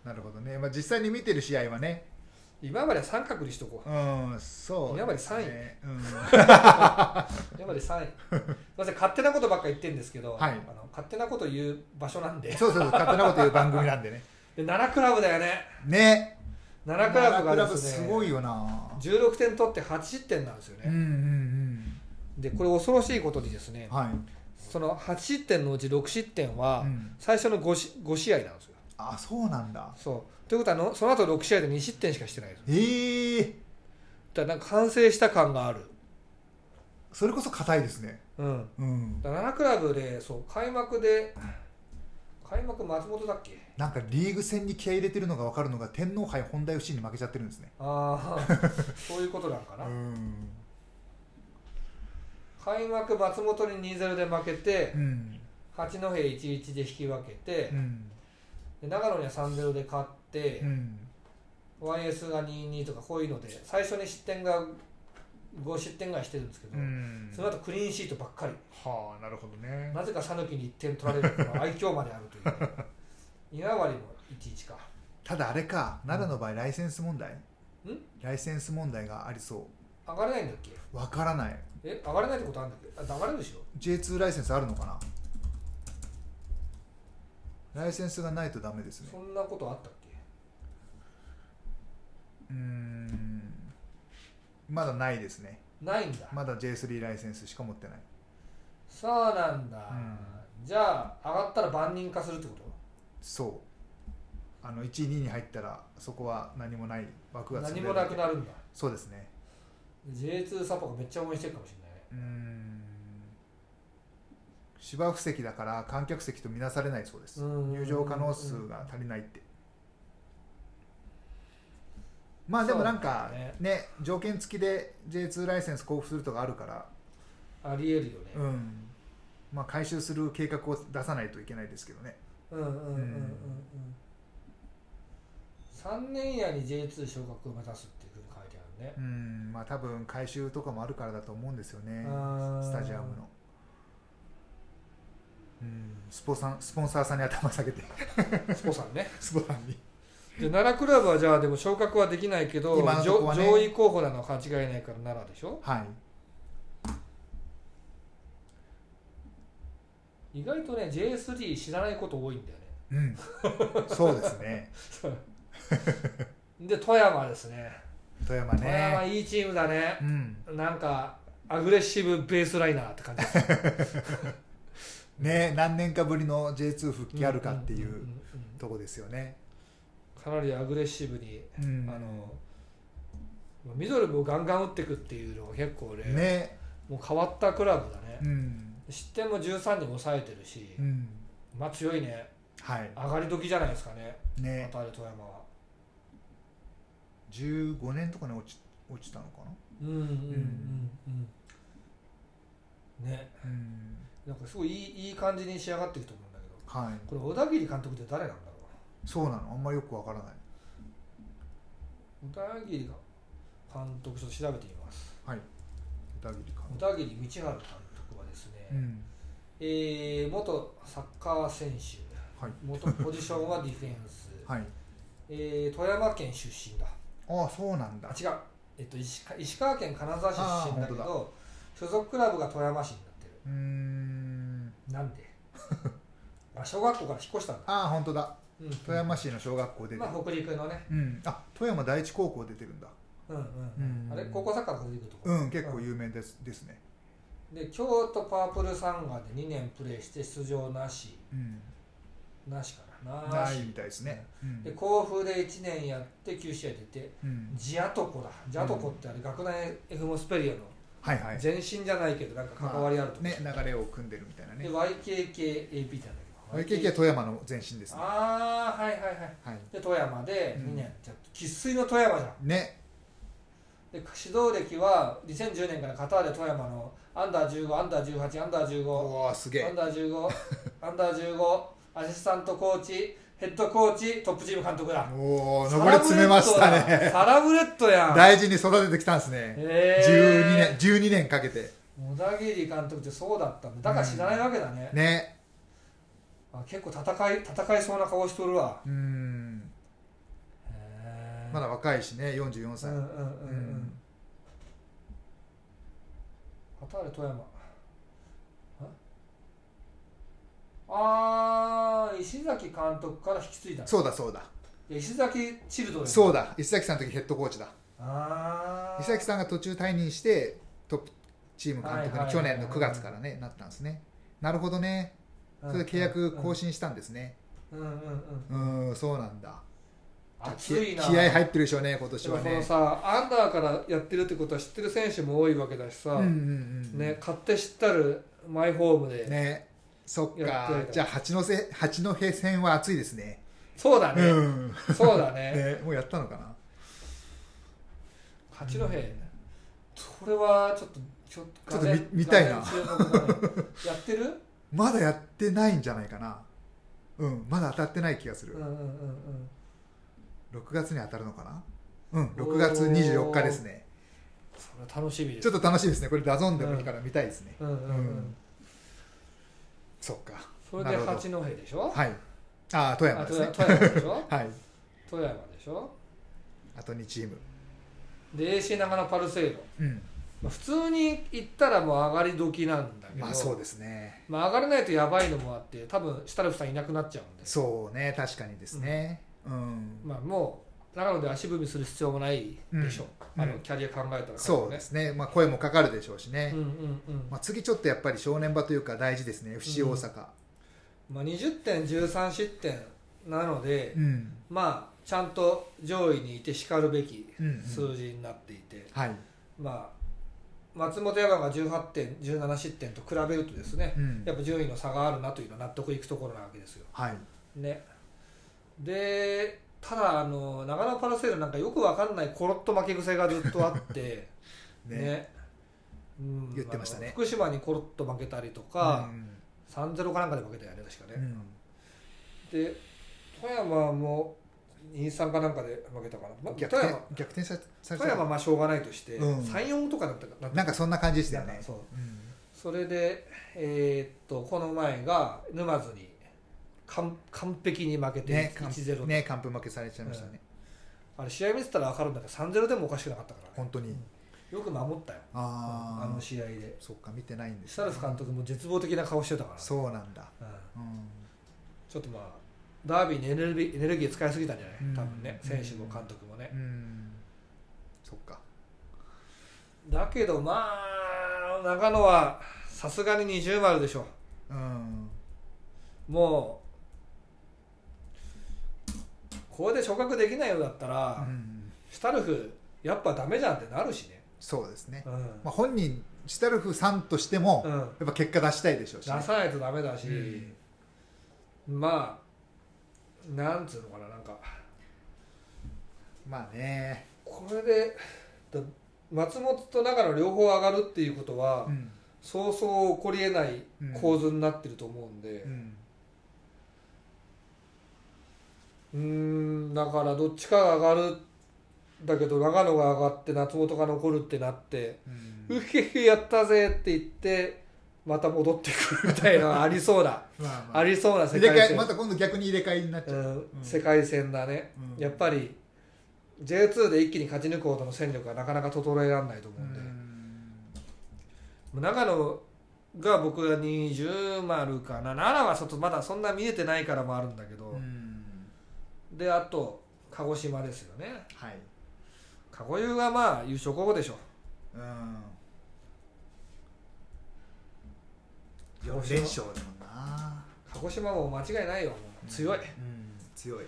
Speaker 1: なるほどね、まあ、実際に見てる試合はね、
Speaker 2: 今まで三角にしとこう
Speaker 1: うん、そう
Speaker 2: やっぱり
Speaker 1: です
Speaker 2: 三位
Speaker 1: ね、うん、
Speaker 2: やっぱり3位。すみません、勝手なことばっか言ってるんですけど、
Speaker 1: はい
Speaker 2: あの勝手なこと言う場所なんで。
Speaker 1: そうそうそう勝手なこと言う番組なんでね
Speaker 2: で、奈良クラブだよね。
Speaker 1: ね
Speaker 2: 奈良クラブ
Speaker 1: 奈良クラ
Speaker 2: がで
Speaker 1: ブ
Speaker 2: す
Speaker 1: す
Speaker 2: ね、
Speaker 1: ごいよな
Speaker 2: 16点取って8失点なんですよ
Speaker 1: うん
Speaker 2: ね。
Speaker 1: うん
Speaker 2: で、これ恐ろしいことにです
Speaker 1: う
Speaker 2: ね
Speaker 1: ん、はい、
Speaker 2: その8失点のうち6失点は
Speaker 1: う、ん、
Speaker 2: 最初の 5, し5試合なんですよ。
Speaker 1: あそうなんだ
Speaker 2: そう。ということはあの、その後6試合で2失点しかしてないです。
Speaker 1: ええ
Speaker 2: だからなんか反省した感がある。
Speaker 1: それこそ硬いですね
Speaker 2: うん。
Speaker 1: うん
Speaker 2: だから奈良クラブで、そう、開幕で、開幕松本だっけ
Speaker 1: なんかリーグ戦に気合い入れてるのが分かるのが天皇杯本田 FC に負けちゃってるんですね
Speaker 2: ああ、 そういうことなんか
Speaker 1: う
Speaker 2: な。
Speaker 1: ん、
Speaker 2: 開幕松本に2-0で負けて
Speaker 1: うん
Speaker 2: 八戸1-1で引き分けて
Speaker 1: う、ん
Speaker 2: で長野には3-0で勝って
Speaker 1: う、ん
Speaker 2: YS が2-2とかこういうので最初に失点が5失点ぐらいしてるんですけど、
Speaker 1: うん
Speaker 2: その後クリーンシートばっかり
Speaker 1: はあなるほどね
Speaker 2: なぜか讃岐に1点取られるこの愛嬌まであるというね、今治も1-1か
Speaker 1: ただあれか奈良の場合ライセンス問題
Speaker 2: ん
Speaker 1: ライセンス問題がありそ
Speaker 2: 上がれないんだっけ
Speaker 1: う分からない
Speaker 2: え上がれないってことあるんだっけあ上がれるでしょ
Speaker 1: J2 ライセンスあるのかなライセンスがないとダメですね
Speaker 2: そんなことあったっけ
Speaker 1: うーんまだないですね
Speaker 2: ないんだ、
Speaker 1: まだ J3 ライセンスしか持ってない
Speaker 2: さあなんだ、
Speaker 1: う
Speaker 2: じゃあ上がったら万人化するってこと
Speaker 1: そうあの1位2位に入ったらそこは何もない枠が潰
Speaker 2: 何も
Speaker 1: れ
Speaker 2: な
Speaker 1: る
Speaker 2: くなるんだ
Speaker 1: そうですね
Speaker 2: J2 サポがめっちゃ応援してるかもしれないう
Speaker 1: ーん芝生席だから観客席と見なされないそうです
Speaker 2: うん
Speaker 1: 入場可能数が足りないってまあでもなんか
Speaker 2: そうだね
Speaker 1: ね条件付きで J2 ライセンス交付するとかあるから
Speaker 2: ありえるよね、
Speaker 1: うんまあ回収する計画を出さないといけないですけどね
Speaker 2: うん、うんうんうんうんうん3年以内に J2 昇格を目指すっていうふうに書いてあるね
Speaker 1: うんまあ多分回収とかもあるからだと思うんですよね
Speaker 2: あー
Speaker 1: スタジアムのうんスポさんスポンサーさんに頭下げて
Speaker 2: スポさんね
Speaker 1: スポさんに
Speaker 2: で奈良クラブはじゃあでも昇格はできないけど、
Speaker 1: 今のとこは
Speaker 2: 上
Speaker 1: ね
Speaker 2: 上位候補なのは間違いないから奈良でしょ
Speaker 1: はい
Speaker 2: 意外とね J3 知らないこと多いんだよね
Speaker 1: うん、そうですね、
Speaker 2: で富山ですね
Speaker 1: 富 山ね。
Speaker 2: 富山いいチームだね
Speaker 1: うん、
Speaker 2: なんかアグレッシブベースライナーって感じですね
Speaker 1: ね、何年かぶりの J2 復帰あるかってい
Speaker 2: んん
Speaker 1: うんとこですよね。
Speaker 2: うんかなりアグレッシブに
Speaker 1: うん
Speaker 2: あのミドルもガンガン打ってくっていうのが結構俺、
Speaker 1: ね
Speaker 2: もう変わったクラブだね
Speaker 1: うん
Speaker 2: 失点も13に抑えてるし、
Speaker 1: うん
Speaker 2: まあ強いね
Speaker 1: はい
Speaker 2: 上がり時じゃないですかね
Speaker 1: ね
Speaker 2: 渡る富山は
Speaker 1: 15年とかに落ち落ちたのか
Speaker 2: うんうんうんうんね
Speaker 1: なうん
Speaker 2: なんかすごいいいいい感じに仕上がってると思うんだけど
Speaker 1: はい
Speaker 2: これ小田切監督って誰なんだろ
Speaker 1: そうなのあんまりよくわからないう
Speaker 2: な小田切が監督ちょっと調べてみます
Speaker 1: はい小田切監
Speaker 2: 小田切道春監督はですね、
Speaker 1: 督うん
Speaker 2: えー元サッカー選手
Speaker 1: はい
Speaker 2: 元ポジションはディフェンス、
Speaker 1: はい
Speaker 2: えー富山県出身だ
Speaker 1: ああそうなん
Speaker 2: あ
Speaker 1: だ
Speaker 2: 違う、えっと、石川石川県金沢市出身だけ
Speaker 1: あー
Speaker 2: ど所属クラブが富山市になってる
Speaker 1: うーん
Speaker 2: なん であ小学校から引っ越したんだ、
Speaker 1: ああ本当だ
Speaker 2: うん、
Speaker 1: 富山市の小学校出てる、
Speaker 2: まあ北陸のね、
Speaker 1: うんあ富山第一高校出てるんだ
Speaker 2: うんうん
Speaker 1: うん
Speaker 2: あれ高校サッカーの北陸のとこ
Speaker 1: うん結構有名ですですね
Speaker 2: で京都パープルサンガで2年プレーして出場なし
Speaker 1: うん
Speaker 2: なしかなな
Speaker 1: ない
Speaker 2: し
Speaker 1: みたいですねう
Speaker 2: で
Speaker 1: ん
Speaker 2: 甲府で1年やって9試合出て
Speaker 1: うん
Speaker 2: ジアトコだジアトコってあれ学内 F モスペリアの
Speaker 1: はいはい
Speaker 2: 前身じゃないけどなんか関わりあるとこ、
Speaker 1: ね流れを組んでるみたいな
Speaker 2: で
Speaker 1: ね
Speaker 2: YKKAP ってなんだけど
Speaker 1: YKK は富山の前身ですね
Speaker 2: ああはいはいはい
Speaker 1: はい
Speaker 2: で富山で
Speaker 1: うん
Speaker 2: 2年ちゃ生粋の富山じゃん
Speaker 1: ね
Speaker 2: で指導歴は2010年からカタールで富山のアンダー15アンダー18アンダー15
Speaker 1: おおすげ
Speaker 2: アン
Speaker 1: え
Speaker 2: ダー15アンダー15アシスタントコーチヘッドコーチトップチーム監督だ
Speaker 1: おお上り詰めましたね
Speaker 2: サラブレッドやん
Speaker 1: 大事に育ててきたんですね12
Speaker 2: え
Speaker 1: 年12年かけて
Speaker 2: ー、小田切監督ってそうだったんだだから知らないわけだね、
Speaker 1: ね
Speaker 2: あ結構戦い戦いそうな顔しとるわ
Speaker 1: うん
Speaker 2: へー
Speaker 1: まだ若いしね44
Speaker 2: うん
Speaker 1: 歳
Speaker 2: うんうん
Speaker 1: う
Speaker 2: うん、うん
Speaker 1: ん
Speaker 2: カタール富山ああー石崎監督から引き継いだ
Speaker 1: そうだそうだ
Speaker 2: いや石崎チルドレン
Speaker 1: そううだ石崎さんの時ヘッドコーチだ
Speaker 2: ああ
Speaker 1: 石崎さんが途中退任してトップチーム監督
Speaker 2: はいはい
Speaker 1: に去年の9月からねなったんですねなるほどねそれで契約更新したんですね
Speaker 2: うんうんうん
Speaker 1: うんそうなんだ
Speaker 2: 熱いな
Speaker 1: 気合入ってるでしょうね今年は
Speaker 2: でもこの
Speaker 1: ね
Speaker 2: さアンダーからやってるってことは知ってる選手も多いわけだしさ、
Speaker 1: うんうんうん
Speaker 2: ね勝手知ったるマイホームで、
Speaker 1: ねそっ
Speaker 2: やってる
Speaker 1: か
Speaker 2: から
Speaker 1: じゃあ八戸八戸戦は熱いですね
Speaker 2: そうだね、
Speaker 1: うんね
Speaker 2: そうだね
Speaker 1: もうやったのかな
Speaker 2: 八戸、それはちょっとちょっと
Speaker 1: ちょっと見見たいな
Speaker 2: 画面注目だねやっ てる
Speaker 1: まだやってないんじゃないかなうんまだ当たってない気がす
Speaker 2: うん
Speaker 1: る
Speaker 2: うんうんうん
Speaker 1: 6月に当たるのかなうん6月24日ですね
Speaker 2: それは楽しみです
Speaker 1: ちょっと楽しいですねこれダゾンでもいいから見たいですね
Speaker 2: うんうんうん、
Speaker 1: うんそっか
Speaker 2: それ
Speaker 1: な
Speaker 2: で
Speaker 1: るほど
Speaker 2: 八戸でしょ
Speaker 1: はいああ富山
Speaker 2: あ
Speaker 1: です
Speaker 2: 富
Speaker 1: ね
Speaker 2: 山富山でしょ
Speaker 1: はい
Speaker 2: 富山でしょ
Speaker 1: あと2チーム
Speaker 2: で AC 長野パルセイド、
Speaker 1: うん
Speaker 2: まあ、普通に行ったらもう上がり時なんだけど、
Speaker 1: まあそうですね
Speaker 2: まあ上がれないとやばいのもあって多分シュタルフさんいなくなっちゃうんで
Speaker 1: そうね確かにですねうん
Speaker 2: まあもう長野で足踏みする必要もないでしょ
Speaker 1: うん
Speaker 2: あの
Speaker 1: うん
Speaker 2: キャリア考えたら、
Speaker 1: そうですねまあ声もかかるでしょうしね
Speaker 2: うんうんうん
Speaker 1: まあ、次ちょっとやっぱり正念場というか大事ですね FC 大阪
Speaker 2: まあ、20点13失点なので、
Speaker 1: うん、
Speaker 2: まあちゃんと上位にいてしかるべき
Speaker 1: うんうん
Speaker 2: 数字になっていて、
Speaker 1: はい、
Speaker 2: まあ松本山が18点17失点と比べるとですね、
Speaker 1: うん
Speaker 2: やっぱ順位の差があるなというのは納得いくところなわけですよ
Speaker 1: はい、
Speaker 2: ねでただあの長野パラセールなんかよくわかんないコロッと負け癖がずっとあって ね
Speaker 1: ね
Speaker 2: うん
Speaker 1: 言ってましたね
Speaker 2: あの福島にコロッと負けたりと
Speaker 1: う
Speaker 2: か、
Speaker 1: ん
Speaker 2: 3-0かなんかで負けたよね確かね、
Speaker 1: うん
Speaker 2: で富山も23かなんかで負けたかな、まあ、富
Speaker 1: 逆転
Speaker 2: 山
Speaker 1: 逆転さされ
Speaker 2: 富山は
Speaker 1: た
Speaker 2: まあしょうがないとして、
Speaker 1: うん
Speaker 2: 34とかだったかな
Speaker 1: なんかそんな感じでしたよ
Speaker 2: なん
Speaker 1: ね
Speaker 2: かそう
Speaker 1: うん
Speaker 2: それでえーっとこの前が沼津に完完璧に負けて
Speaker 1: ね完
Speaker 2: 1-0と、
Speaker 1: ね完封負けされちゃいましたね、
Speaker 2: あれ試合見てたら分かるんだけど3-0でもおかしくなかったから、ね
Speaker 1: 本、当に、
Speaker 2: よく守ったよ
Speaker 1: ああ
Speaker 2: あの試合で
Speaker 1: そっか見てないんです
Speaker 2: シタルフ監督も絶望的な顔してたから、
Speaker 1: そうなんだ、
Speaker 2: うん
Speaker 1: うん、
Speaker 2: ちょっとまあダービーにエネルギーエネルギー使いすぎたんじゃない、
Speaker 1: うん
Speaker 2: 多分ね選手も監督もね、
Speaker 1: うん、そっか
Speaker 2: だけどまあ長野はさすがに二重丸でしょ
Speaker 1: うん
Speaker 2: もうこれで昇格できないようだったら、
Speaker 1: うん
Speaker 2: シュタルフやっぱダメじゃんってなるしね、
Speaker 1: そうですね、
Speaker 2: うん
Speaker 1: まあ、本人シュタルフさんとしても、
Speaker 2: うん、
Speaker 1: やっぱ結果出したいでしょうし、
Speaker 2: 出さないとダメだし、
Speaker 1: うん
Speaker 2: まあなんつうのかななんか
Speaker 1: まあね、
Speaker 2: これでだ松本と長野両方上がるっていうことは、
Speaker 1: うん
Speaker 2: そうそう起こりえない
Speaker 1: うん
Speaker 2: 構図になってると思うんで
Speaker 1: うん
Speaker 2: うーんだからどっちかが上がるだけど長野が上がって松本が残るってなって
Speaker 1: うん
Speaker 2: 「うひひやったぜ」って言ってまた戻ってくるみたいなのがありそうだ
Speaker 1: まあまあ
Speaker 2: ありそうな世
Speaker 1: 入れ
Speaker 2: 界
Speaker 1: 替え
Speaker 2: 線
Speaker 1: また今度逆に入れ替えになっちゃう、
Speaker 2: うん世界戦だね
Speaker 1: うん
Speaker 2: やっぱり J2 で一気に勝ち抜くほどの戦力はなかなか整えられないと思
Speaker 1: う
Speaker 2: うんで、
Speaker 1: ん
Speaker 2: 長野が僕が20丸かな奈良はちょっとまだそんな見えてないからもあるんだけど、
Speaker 1: うん
Speaker 2: であと鹿児島ですよね
Speaker 1: はい、
Speaker 2: 鹿児湯がまあ優勝候補でしょ
Speaker 1: うん、
Speaker 2: 鹿児
Speaker 1: 4
Speaker 2: 島
Speaker 1: 連勝だもんな、
Speaker 2: 鹿児島も間違いないよもう強い
Speaker 1: うん強い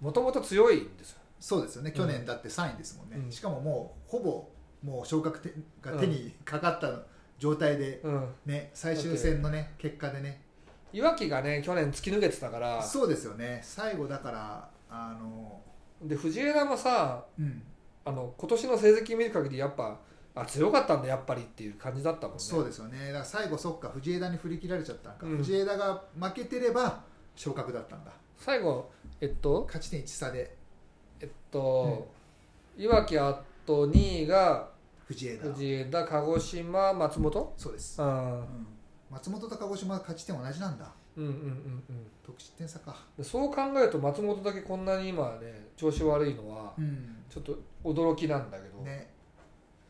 Speaker 2: もともと強いんですよ
Speaker 1: そうですよね
Speaker 2: ん
Speaker 1: 去年だって3位ですもんね、
Speaker 2: うん
Speaker 1: しかももうほぼもう昇格手が手にかかった状態で、
Speaker 2: うん
Speaker 1: ね、最終戦の、ね、結果でね
Speaker 2: いわきがね去年突き抜けてたから
Speaker 1: そうですよね最後だからあの、
Speaker 2: で藤枝もさ
Speaker 1: うん、
Speaker 2: あの今年の成績見る限りやっぱあ強かったんだやっぱりっていう感じだったもんね
Speaker 1: そうですよねだから最後そっか藤枝に振り切られちゃったんか、
Speaker 2: うん
Speaker 1: 藤枝が負けてれば昇格だったんだ
Speaker 2: 最後えっと
Speaker 1: 勝ち点1差で
Speaker 2: えっと、いわきあと2位が
Speaker 1: 藤枝
Speaker 2: 藤枝鹿児島松本
Speaker 1: そうです、
Speaker 2: あ
Speaker 1: う
Speaker 2: ー
Speaker 1: ん、松本と鹿児島は勝ち点同じなんだ
Speaker 2: うんうんうんうん
Speaker 1: 得失点差か、
Speaker 2: でそう考えると松本だけこんなに今ね調子悪いのは
Speaker 1: うん
Speaker 2: ちょっと驚きなんだけど、
Speaker 1: ね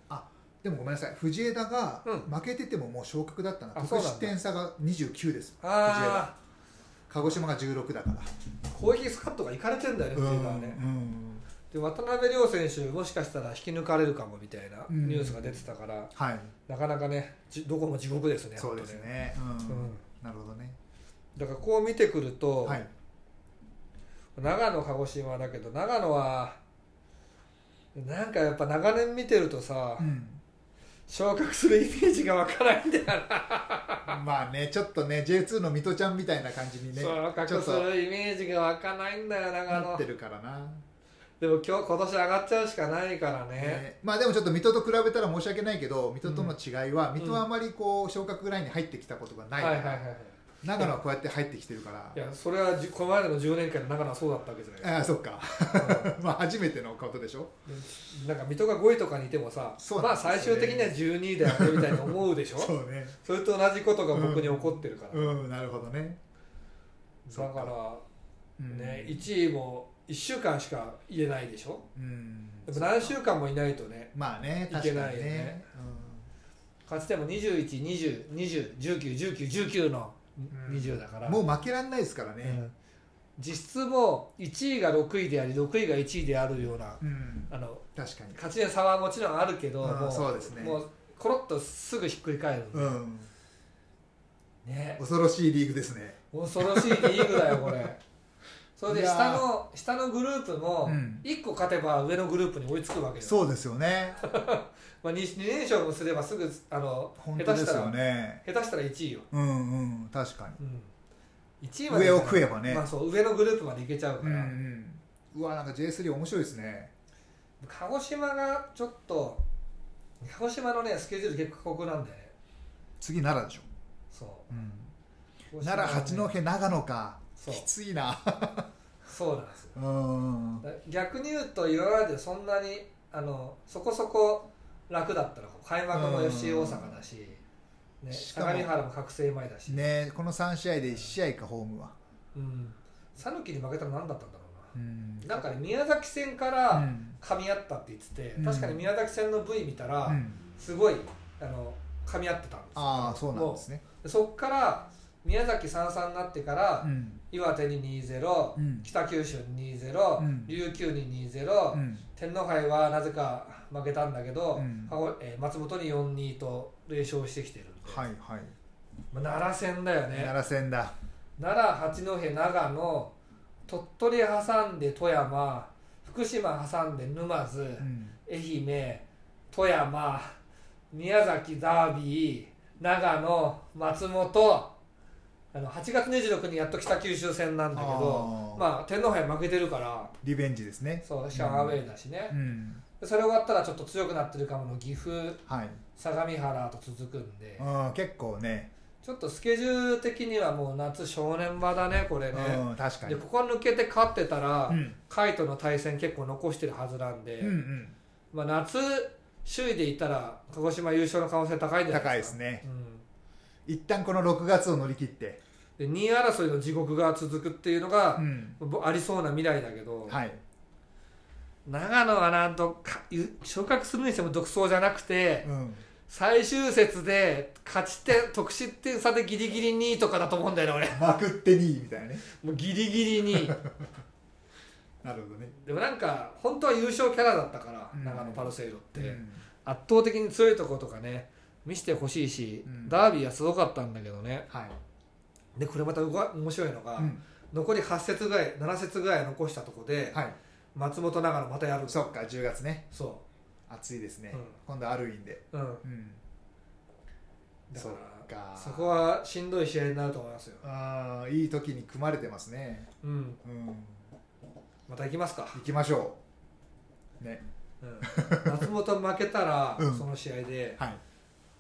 Speaker 1: あでもごめんなさい藤枝が
Speaker 2: うん
Speaker 1: 負けててももう昇格だったな、
Speaker 2: あそ
Speaker 1: 得
Speaker 2: うなんだ
Speaker 1: 失点差が29です
Speaker 2: あ
Speaker 1: 鹿児島が16だから
Speaker 2: あ攻撃スカットがいかれてんだよね藤枝はね
Speaker 1: うん
Speaker 2: で渡辺亮選手もしかしたら引き抜かれるかもみたいな
Speaker 1: うん
Speaker 2: ニュースが出てたから、
Speaker 1: はい、
Speaker 2: なかなかねじどこも地獄ですね
Speaker 1: そうですね、うん
Speaker 2: 本当ねうん
Speaker 1: なるほどね
Speaker 2: だからこう見てくると、
Speaker 1: はい
Speaker 2: 長野鹿児島だけど長野はなんかやっぱ長年見てるとさ、
Speaker 1: うん
Speaker 2: 昇格するイメージが湧かないんだよな、
Speaker 1: まあねちょっとね J2 の水戸ちゃんみたいな感じにね
Speaker 2: 昇
Speaker 1: ちょ
Speaker 2: 格
Speaker 1: っ
Speaker 2: す
Speaker 1: と
Speaker 2: るイメージが湧かないんだよ長
Speaker 1: なっ
Speaker 2: 野
Speaker 1: てるからな、
Speaker 2: でも今日今年上がっちゃうしかないからね
Speaker 1: ねまあでもちょっと水戸と比べたら申し訳ないけど水戸との違いは、
Speaker 2: ん
Speaker 1: 水戸はあまりこう昇格ラインに入ってきたことがな
Speaker 2: はいい
Speaker 1: か
Speaker 2: はい
Speaker 1: ら、
Speaker 2: はいはい
Speaker 1: 長野はこうやって入ってきてるから
Speaker 2: いやそれはじこの間の10年間の長野はそうだったわけじゃない
Speaker 1: ああそっか まあ初めてのことでしょ
Speaker 2: うんなんか水戸が5位とかにいてもさ、
Speaker 1: そうな
Speaker 2: ま
Speaker 1: ん
Speaker 2: あ
Speaker 1: ですよね
Speaker 2: 最終的には12位だよねみたいに思うでしょ
Speaker 1: うね
Speaker 2: それと同じことが僕に起こってるから、
Speaker 1: うんなるほどね、そ
Speaker 2: だ
Speaker 1: っか
Speaker 2: から
Speaker 1: うん、
Speaker 2: ね、1位も1週間しか入れないでしょ
Speaker 1: うん
Speaker 2: やっぱ何週間もいないとね
Speaker 1: まあね
Speaker 2: いけ
Speaker 1: 確か
Speaker 2: ない
Speaker 1: に
Speaker 2: よ
Speaker 1: ね
Speaker 2: ね勝ち点も212020191919の
Speaker 1: うん
Speaker 2: 20だから、
Speaker 1: うんもう負けられないですから
Speaker 2: う
Speaker 1: ね
Speaker 2: ん実質も1位が6位であり6位が1位であるような
Speaker 1: うん、
Speaker 2: あの
Speaker 1: 確かに
Speaker 2: 勝ち点差はもちろんあるけど
Speaker 1: うん
Speaker 2: も
Speaker 1: そうですね
Speaker 2: もうコロッとすぐひっくり返るんで、
Speaker 1: うん
Speaker 2: ね
Speaker 1: 恐ろしいリーグですね
Speaker 2: 恐ろしいリーグだよこれ それで
Speaker 1: い
Speaker 2: 下
Speaker 1: や
Speaker 2: の下のグループも
Speaker 1: うん
Speaker 2: 1個勝てば上のグループに追いつくわけよ、
Speaker 1: そうですよね
Speaker 2: まあ、2, 連勝もすればすぐあの
Speaker 1: 本
Speaker 2: 下
Speaker 1: 当
Speaker 2: 手
Speaker 1: で
Speaker 2: し
Speaker 1: す
Speaker 2: た
Speaker 1: よ
Speaker 2: ら、
Speaker 1: ね
Speaker 2: 下手したら1位よ、
Speaker 1: うんうん確かに
Speaker 2: うん、1位まで
Speaker 1: 上を食えばね、
Speaker 2: まあ、そう上のグループまでいけちゃ
Speaker 1: う
Speaker 2: うか
Speaker 1: んう
Speaker 2: ら、
Speaker 1: んうわなんか J3 面白いですね
Speaker 2: 鹿児島がちょっと鹿児島のねスケジュール結構過酷なんだよね
Speaker 1: 次奈良でしょ、
Speaker 2: そう
Speaker 1: うん、
Speaker 2: 鹿児島は
Speaker 1: 奈
Speaker 2: ね
Speaker 1: 良八戸長野か
Speaker 2: そう
Speaker 1: きついな
Speaker 2: そうなんですよ
Speaker 1: うん
Speaker 2: だ逆に言うと今までそんなにあのそこそこ楽だったのかも開幕も
Speaker 1: うん
Speaker 2: FC 大阪だし、ね、
Speaker 1: しかも
Speaker 2: 相模原も覚醒前だし、
Speaker 1: ねこの3試合で1試合かホームは
Speaker 2: うん讃岐に負けたの何だったんだろ
Speaker 1: う
Speaker 2: う
Speaker 1: うん
Speaker 2: な、なんかね宮崎戦から、
Speaker 1: うん
Speaker 2: 噛み合ったって言ってて、
Speaker 1: うん
Speaker 2: 確かに宮崎戦の V 見たら、すごいあの噛み合ってたんですよ
Speaker 1: ああそうなんですね
Speaker 2: もうそっから宮崎33になってから、
Speaker 1: うん
Speaker 2: 岩手に20、
Speaker 1: うん
Speaker 2: 北九州に20、
Speaker 1: うん
Speaker 2: 琉球に20、
Speaker 1: うん
Speaker 2: 天皇杯はなぜか負けたんだけど、
Speaker 1: うん
Speaker 2: 鹿児えー松本に42と連勝してきてるんで、
Speaker 1: はいはい
Speaker 2: まあ、奈良戦だよね
Speaker 1: 奈良戦だ
Speaker 2: 奈良八戸長野鳥取挟んで富山福島挟んで沼津、
Speaker 1: うん
Speaker 2: 愛媛富山宮崎ダービー長野松本あの8月26日にやっと北九州戦なんだけど
Speaker 1: あー
Speaker 2: まあ天皇杯負けてるから
Speaker 1: リベンジですね
Speaker 2: そうシャンアウェイだしね
Speaker 1: う、ん
Speaker 2: それ終わったらちょっと強くなってるかもの岐阜
Speaker 1: はい
Speaker 2: 相模原と続くんで
Speaker 1: うん結構ね
Speaker 2: ちょっとスケジュール的にはもう夏正念場だねこれね、
Speaker 1: うん確かに
Speaker 2: でここが抜けて勝ってたら、
Speaker 1: うん
Speaker 2: カイトの対戦結構残してるはずなんで、
Speaker 1: うんうん
Speaker 2: まあ、夏首位でいたら鹿児島優勝の可能性高いんじゃな
Speaker 1: 高い
Speaker 2: いで
Speaker 1: ですす
Speaker 2: か
Speaker 1: ね
Speaker 2: うん
Speaker 1: 一旦この6月を乗り切って
Speaker 2: で2位争いの地獄が続くっていうのが
Speaker 1: う、ん
Speaker 2: ぼありそうな未来だけど、
Speaker 1: はい
Speaker 2: 長野はなんとかゆ昇格するにしても独走じゃなくて
Speaker 1: うん
Speaker 2: 最終節で勝ち点得失点差でギリギリ2位とかだと思うんだよね俺
Speaker 1: まくって2位みたいなね
Speaker 2: もうギリギ リに
Speaker 1: なるほどね
Speaker 2: でもなんか本当は優勝キャラだったから、
Speaker 1: うん
Speaker 2: 長野パルセイロって、
Speaker 1: うん
Speaker 2: 圧倒的に強いところとかね見せてほしいし、
Speaker 1: うん
Speaker 2: ダービーはすごかったんだけどね
Speaker 1: はい
Speaker 2: でこれまたうわ面白いのが、
Speaker 1: うん
Speaker 2: 残り8節ぐらい7節ぐらい残したとこで、
Speaker 1: はい
Speaker 2: 松本長野またやる
Speaker 1: そっか10月ね
Speaker 2: そ
Speaker 1: 暑いですね
Speaker 2: うん
Speaker 1: 今度アルウィンで
Speaker 2: ううん
Speaker 1: うん
Speaker 2: だ
Speaker 1: そ
Speaker 2: か
Speaker 1: っ
Speaker 2: ら
Speaker 1: か
Speaker 2: そこはしんどい試合になると思いますよ
Speaker 1: あーいい時に組まれてますね
Speaker 2: うん
Speaker 1: うん
Speaker 2: また行きますか、
Speaker 1: 行きましょうね
Speaker 2: うん、松本負けたら、
Speaker 1: うん
Speaker 2: その試合で
Speaker 1: はい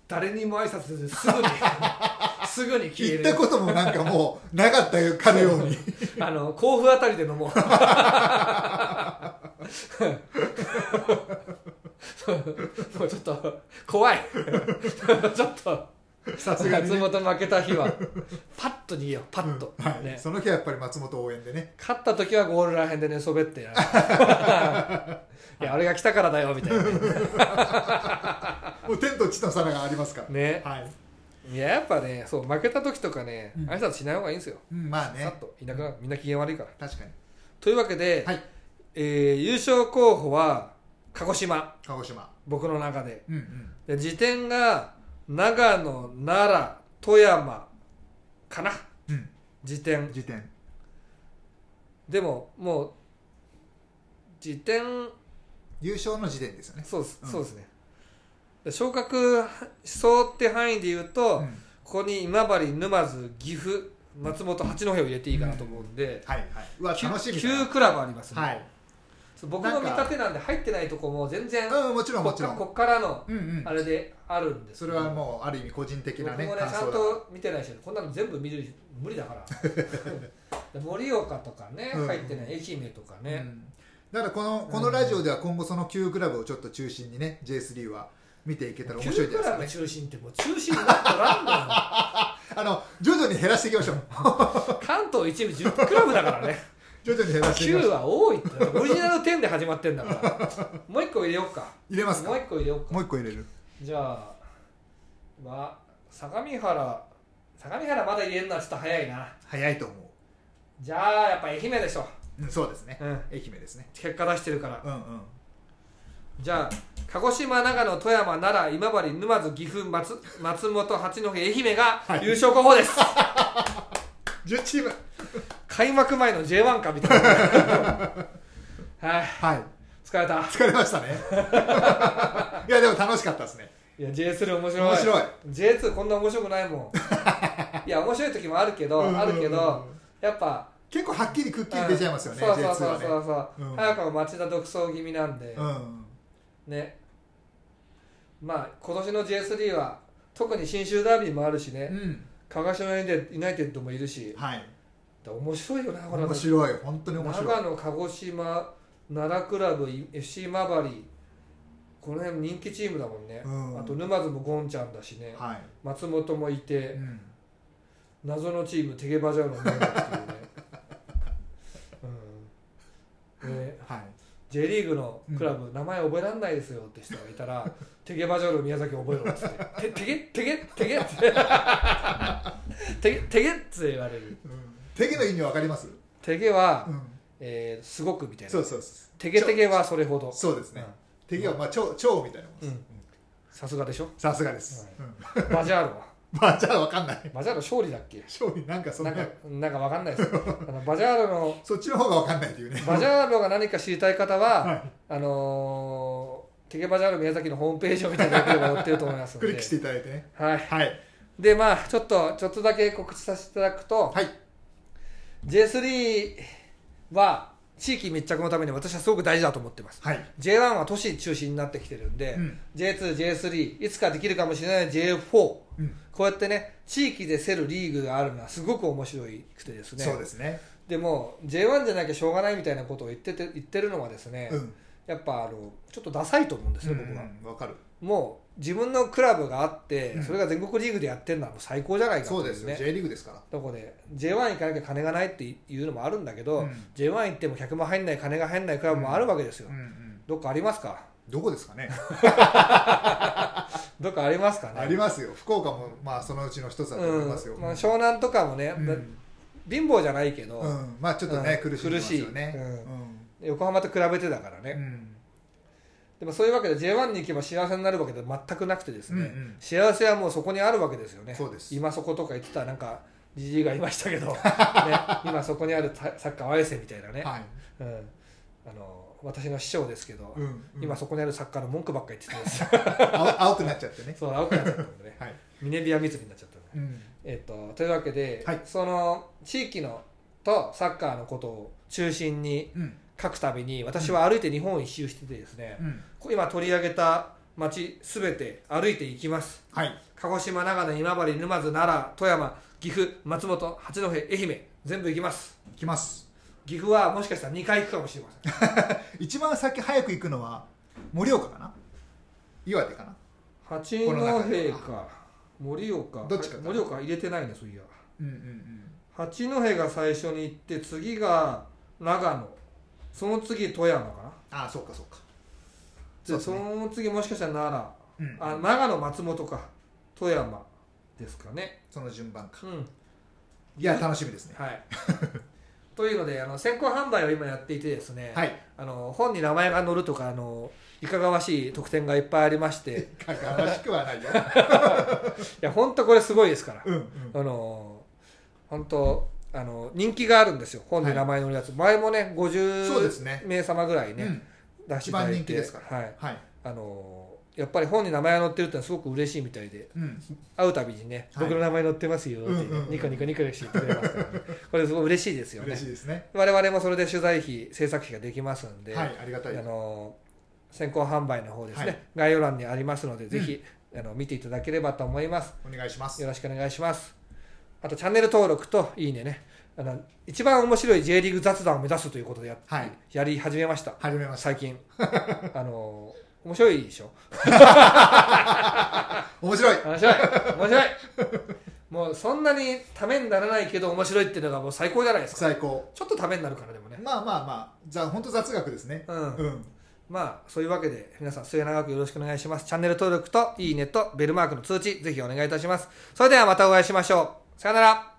Speaker 2: 誰にも挨拶せずす ぐにすぐに消え
Speaker 1: 行っ
Speaker 2: る
Speaker 1: たこともなんかも うなかったかのように
Speaker 2: あの甲府あたり で飲もうもうちょっと怖い ちょっと
Speaker 1: さすがに
Speaker 2: 松
Speaker 1: ね
Speaker 2: 本負けた日 はパッと逃げようパッと、
Speaker 1: はい
Speaker 2: ね、
Speaker 1: その日はやっぱり松本応援でね
Speaker 2: 勝った時はゴールらへんで寝そべってや るいや俺が来たからだよみたいなね
Speaker 1: もう天と地の差がありますから
Speaker 2: ね
Speaker 1: はい、
Speaker 2: いややっぱねそう負けた時とかね
Speaker 1: うん
Speaker 2: 挨拶しない方がいいんですよ、
Speaker 1: うん、まあ
Speaker 2: さ
Speaker 1: ね
Speaker 2: っといなくなるみんな機嫌悪いから
Speaker 1: 確かに
Speaker 2: というわけで、
Speaker 1: はい
Speaker 2: えー優勝候補は鹿児島
Speaker 1: 鹿児島
Speaker 2: 僕の中で
Speaker 1: うんうん
Speaker 2: で次点が長野奈良富山かな
Speaker 1: うん
Speaker 2: 次点
Speaker 1: 時点
Speaker 2: でももう次点
Speaker 1: 優勝の時点ですよね
Speaker 2: そうです、
Speaker 1: うん
Speaker 2: そうですねで昇格しそうって範囲で言うと、
Speaker 1: うん
Speaker 2: ここに今治沼津岐阜松本八戸を入れていいかなと思うんで、
Speaker 1: はいはいうわ
Speaker 2: きゅ
Speaker 1: 楽しみだ
Speaker 2: 9クラブありますね、
Speaker 1: はい
Speaker 2: そう僕の見立てなんで入ってないとこも全然こ
Speaker 1: うんもちろんも
Speaker 2: っ
Speaker 1: ち
Speaker 2: か
Speaker 1: ろん
Speaker 2: こっからの
Speaker 1: うんうん
Speaker 2: あれであるんで
Speaker 1: そ
Speaker 2: す
Speaker 1: れはもうある意味個人的なね
Speaker 2: 僕もね
Speaker 1: 感
Speaker 2: ちゃん
Speaker 1: 想だ
Speaker 2: と見てないしこんなの全部見る無理だから 盛岡とかね
Speaker 1: うん
Speaker 2: 入ってない愛媛とか
Speaker 1: う
Speaker 2: ね、
Speaker 1: んだからこのこのラジオでは今後その旧クラブをちょっと中心にね J3 は見ていけたら面白い
Speaker 2: 9
Speaker 1: んじゃ
Speaker 2: ク
Speaker 1: ない
Speaker 2: ラブ
Speaker 1: です
Speaker 2: 中心ってもう中心になってらんのよ
Speaker 1: かねあの徐々に減らしていきましょう
Speaker 2: 関東一部10クラブだからね
Speaker 1: 徐々に減らしていきまし
Speaker 2: 9
Speaker 1: ょう
Speaker 2: は多いってオリジナル10で始まってんだからもう一個入れようか
Speaker 1: 入れますか
Speaker 2: もう一個入れようか
Speaker 1: もう一個入れる
Speaker 2: じゃあまあ相模原相模原まだ入れるのはちょっと早いな
Speaker 1: 早いと思
Speaker 2: じゃあやっぱ愛媛でしょ、
Speaker 1: う、うん、そうですね
Speaker 2: うん、
Speaker 1: 愛媛ですね
Speaker 2: 結果出してるから
Speaker 1: うんうん
Speaker 2: じゃあ鹿児島長野富山奈良今治沼津岐阜松松本八戸愛媛が
Speaker 1: はい
Speaker 2: 優勝候補です、
Speaker 1: 10チーム
Speaker 2: 開幕前の J1 かみたいなはい
Speaker 1: はい
Speaker 2: 疲れた
Speaker 1: 疲れましたね いやでも楽しかったですね
Speaker 2: いや J3 面白い
Speaker 1: 面白い
Speaker 2: J2 こんな面白くないもんいや面白い時もあるけど、
Speaker 1: うん
Speaker 2: あるけどやっぱ
Speaker 1: 結構はっきりくっきり出ちゃいますよね、
Speaker 2: うん
Speaker 1: J2
Speaker 2: そうそ
Speaker 1: は
Speaker 2: う
Speaker 1: ね
Speaker 2: そうそう、
Speaker 1: うん
Speaker 2: 早くも町田独走気味なんで、
Speaker 1: うん
Speaker 2: ねまあ今年の J3 は特に信州ダービーもあるしね、
Speaker 1: うん
Speaker 2: 鹿児島ユナイテッドもいるし
Speaker 1: はい
Speaker 2: 面白いよなこれ
Speaker 1: 面白い本当に面白い
Speaker 2: 長野鹿児島奈良クラブ FC 今治この辺人気チームだもんね、
Speaker 1: うん
Speaker 2: あと沼津もゴンちゃんだしね
Speaker 1: は
Speaker 2: 松本もいて、
Speaker 1: い、うん、
Speaker 2: 謎のチームテゲバジャーノになるってい うね,うん、ね
Speaker 1: はい
Speaker 2: J リーグのクラブ、名前覚えられないですよって人がい たらテゲバジャーノ宮崎覚えろっつって「てテゲテゲテゲ」って テゲテゲっつ言われる
Speaker 1: うん手毛の意味わかります、
Speaker 2: テゲは、
Speaker 1: うん、
Speaker 2: えーすごくみたいな
Speaker 1: そうそうそう
Speaker 2: テゲテゲはそれほど
Speaker 1: そうですね
Speaker 2: うん
Speaker 1: 手毛はまあ蝶蝶みたいなもんです
Speaker 2: うんさすがでしょ
Speaker 1: さすがです、うん
Speaker 2: バジャーノは
Speaker 1: バジャーわかんない
Speaker 2: バジャード勝利だっけ
Speaker 1: 勝利なんかそん
Speaker 2: な
Speaker 1: なん
Speaker 2: かなんかわかんないですあのバジャードの
Speaker 1: そっちの方がわかんないっていうね
Speaker 2: バジャードが何か知りたい方は、
Speaker 1: はい
Speaker 2: あのー、テケバジャード宮崎のホームページを見ていただければ載ってると思いますの
Speaker 1: ク
Speaker 2: で
Speaker 1: リックしていただいてね
Speaker 2: はい、
Speaker 1: はい
Speaker 2: でまあちょっとちょっとだけ告知させていただくと、
Speaker 1: はい
Speaker 2: J3 は地域密着のために私はすごく大事だと思ってます
Speaker 1: はい
Speaker 2: J1 は都市中心になってきてるんで、
Speaker 1: うん
Speaker 2: J2J3 いつかできるかもしれない J4 こ
Speaker 1: うん
Speaker 2: うやってね地域で競るリーグがあるのはすごく面白くてですね
Speaker 1: そうですね
Speaker 2: でも J1 じゃなきゃしょうがないみたいなことを言ってて言ってるのはですね、
Speaker 1: うん
Speaker 2: やっぱあのちょっとダサいと思うんです
Speaker 1: う
Speaker 2: よ、
Speaker 1: ん
Speaker 2: 僕は
Speaker 1: うんわかる
Speaker 2: もう自分のクラブがあって、
Speaker 1: うん
Speaker 2: それが全国リーグでやってるのはもう最高じゃないか
Speaker 1: そう
Speaker 2: と
Speaker 1: で
Speaker 2: い
Speaker 1: すよ
Speaker 2: うね
Speaker 1: J リーグですから
Speaker 2: どこで J1 行かなきゃ金がないっていうのもあるんだけど、
Speaker 1: うん
Speaker 2: J1 行っても100も入んない金が入んないクラブもあるわけですよ、
Speaker 1: うんうん
Speaker 2: どっかありますか
Speaker 1: どこですか ね
Speaker 2: どっかありますかね
Speaker 1: ありますよ福岡もまあそのうちの一つだと思いますよ、
Speaker 2: う
Speaker 1: うんん
Speaker 2: まあ、湘南とかもね、
Speaker 1: うん
Speaker 2: ま貧乏じゃないけど、
Speaker 1: うんまあちょっとね、
Speaker 2: うん
Speaker 1: 苦しんでますよね
Speaker 2: 苦しい
Speaker 1: うん
Speaker 2: 横浜と比べてだからね、
Speaker 1: うん
Speaker 2: でもそういうわけで J1 に行けば幸せになるわけでは全くなくてですね、
Speaker 1: うんうん
Speaker 2: 幸せはもうそこにあるわけですよね
Speaker 1: そうです
Speaker 2: 今そことか言ってたらなんかじじいがいまし たけど、ね、今そこにあるたサッカーを愛せみたいなね、
Speaker 1: はい、
Speaker 2: うん、あの私の師匠ですけど、
Speaker 1: うんうん
Speaker 2: 今そこにあるサッカーの文句ばっかり言ってたんですよ
Speaker 1: 青青くなっちゃってね
Speaker 2: そう青くなっちゃったんでね
Speaker 1: はい、
Speaker 2: ミネビア三つになっちゃったんで、
Speaker 1: うん、
Speaker 2: えっとというわけで、
Speaker 1: はい
Speaker 2: その地域のとサッカーのことを中心に
Speaker 1: うん
Speaker 2: 書くたびに私は歩いて日本一周しててですね、
Speaker 1: うん
Speaker 2: 今取り上げた町すべて歩いていきます
Speaker 1: はい
Speaker 2: 鹿児島長野今治沼津奈良富山岐阜松本八戸愛媛全部行きます
Speaker 1: 行きます
Speaker 2: 岐阜はもしかしたら2回行くかもしれません
Speaker 1: 一番先早く行くのは盛岡かな岩手かな
Speaker 2: 八
Speaker 1: この中で
Speaker 2: 戸
Speaker 1: は
Speaker 2: か盛岡
Speaker 1: どっちかか
Speaker 2: 盛岡入れてないねそういや
Speaker 1: うんうんうん
Speaker 2: 八戸が最初に行って次が長野その次富山かな
Speaker 1: ああそうかそうか
Speaker 2: で
Speaker 1: そう
Speaker 2: そ
Speaker 1: ですね
Speaker 2: の次もしかしたら奈
Speaker 1: うん
Speaker 2: 良あ長野松本か富山ですかね
Speaker 1: その順番か
Speaker 2: うん
Speaker 1: いや楽しみですね
Speaker 2: はい、 というのであの先行販売を今やっていてですね、
Speaker 1: はい
Speaker 2: あの本に名前が載るとかあのいかがわしい特典がいっぱいありまして
Speaker 1: かがわしくは ないよ
Speaker 2: いや本当これすごいですから、
Speaker 1: うんうん
Speaker 2: あの本当あの人気があるんですよ本に名前載るやつ、前もね
Speaker 1: そうですね
Speaker 2: 50名様ぐらいね、
Speaker 1: うん
Speaker 2: 出していただ
Speaker 1: 一番人
Speaker 2: いて
Speaker 1: 気ですから
Speaker 2: はい、
Speaker 1: はい
Speaker 2: あのやっぱり本に名前が載ってるってのはすごく嬉しいみたいで
Speaker 1: うん
Speaker 2: 会うたびにね、
Speaker 1: はい
Speaker 2: 僕の名前載ってますよって、
Speaker 1: うんうんうん
Speaker 2: ニコニコニコニコして言ってくれますから、ね、これすごい嬉しいですよね
Speaker 1: 嬉しいですね
Speaker 2: 我々もそれで取材費制作費ができますんで、
Speaker 1: はいありがたい
Speaker 2: あの先行販売の方ですね、
Speaker 1: はい
Speaker 2: 概要欄にありますのでぜひ、あの見ていただければと思います
Speaker 1: お願いします
Speaker 2: よろしくお願いしますあとチャンネル登録といいねねあの一番面白い J リーグ雑談を目指すということでや,、
Speaker 1: はい
Speaker 2: やり始めました
Speaker 1: 始めました
Speaker 2: 最 近あの面白いでしょ
Speaker 1: 面白い
Speaker 2: 面白い面白いもうそんなにためにならないけど面白いっていうのがもう最高じゃないですか
Speaker 1: 最高
Speaker 2: ちょっとためになるからでもね
Speaker 1: まあまあまあざ本当雑学ですね
Speaker 2: うん
Speaker 1: うん
Speaker 2: まあそういうわけで皆さん末永くよろしくお願いしますチャンネル登録といいねとベルマークの通知ぜひお願いいたしますそれではまたお会いしましょうさよなら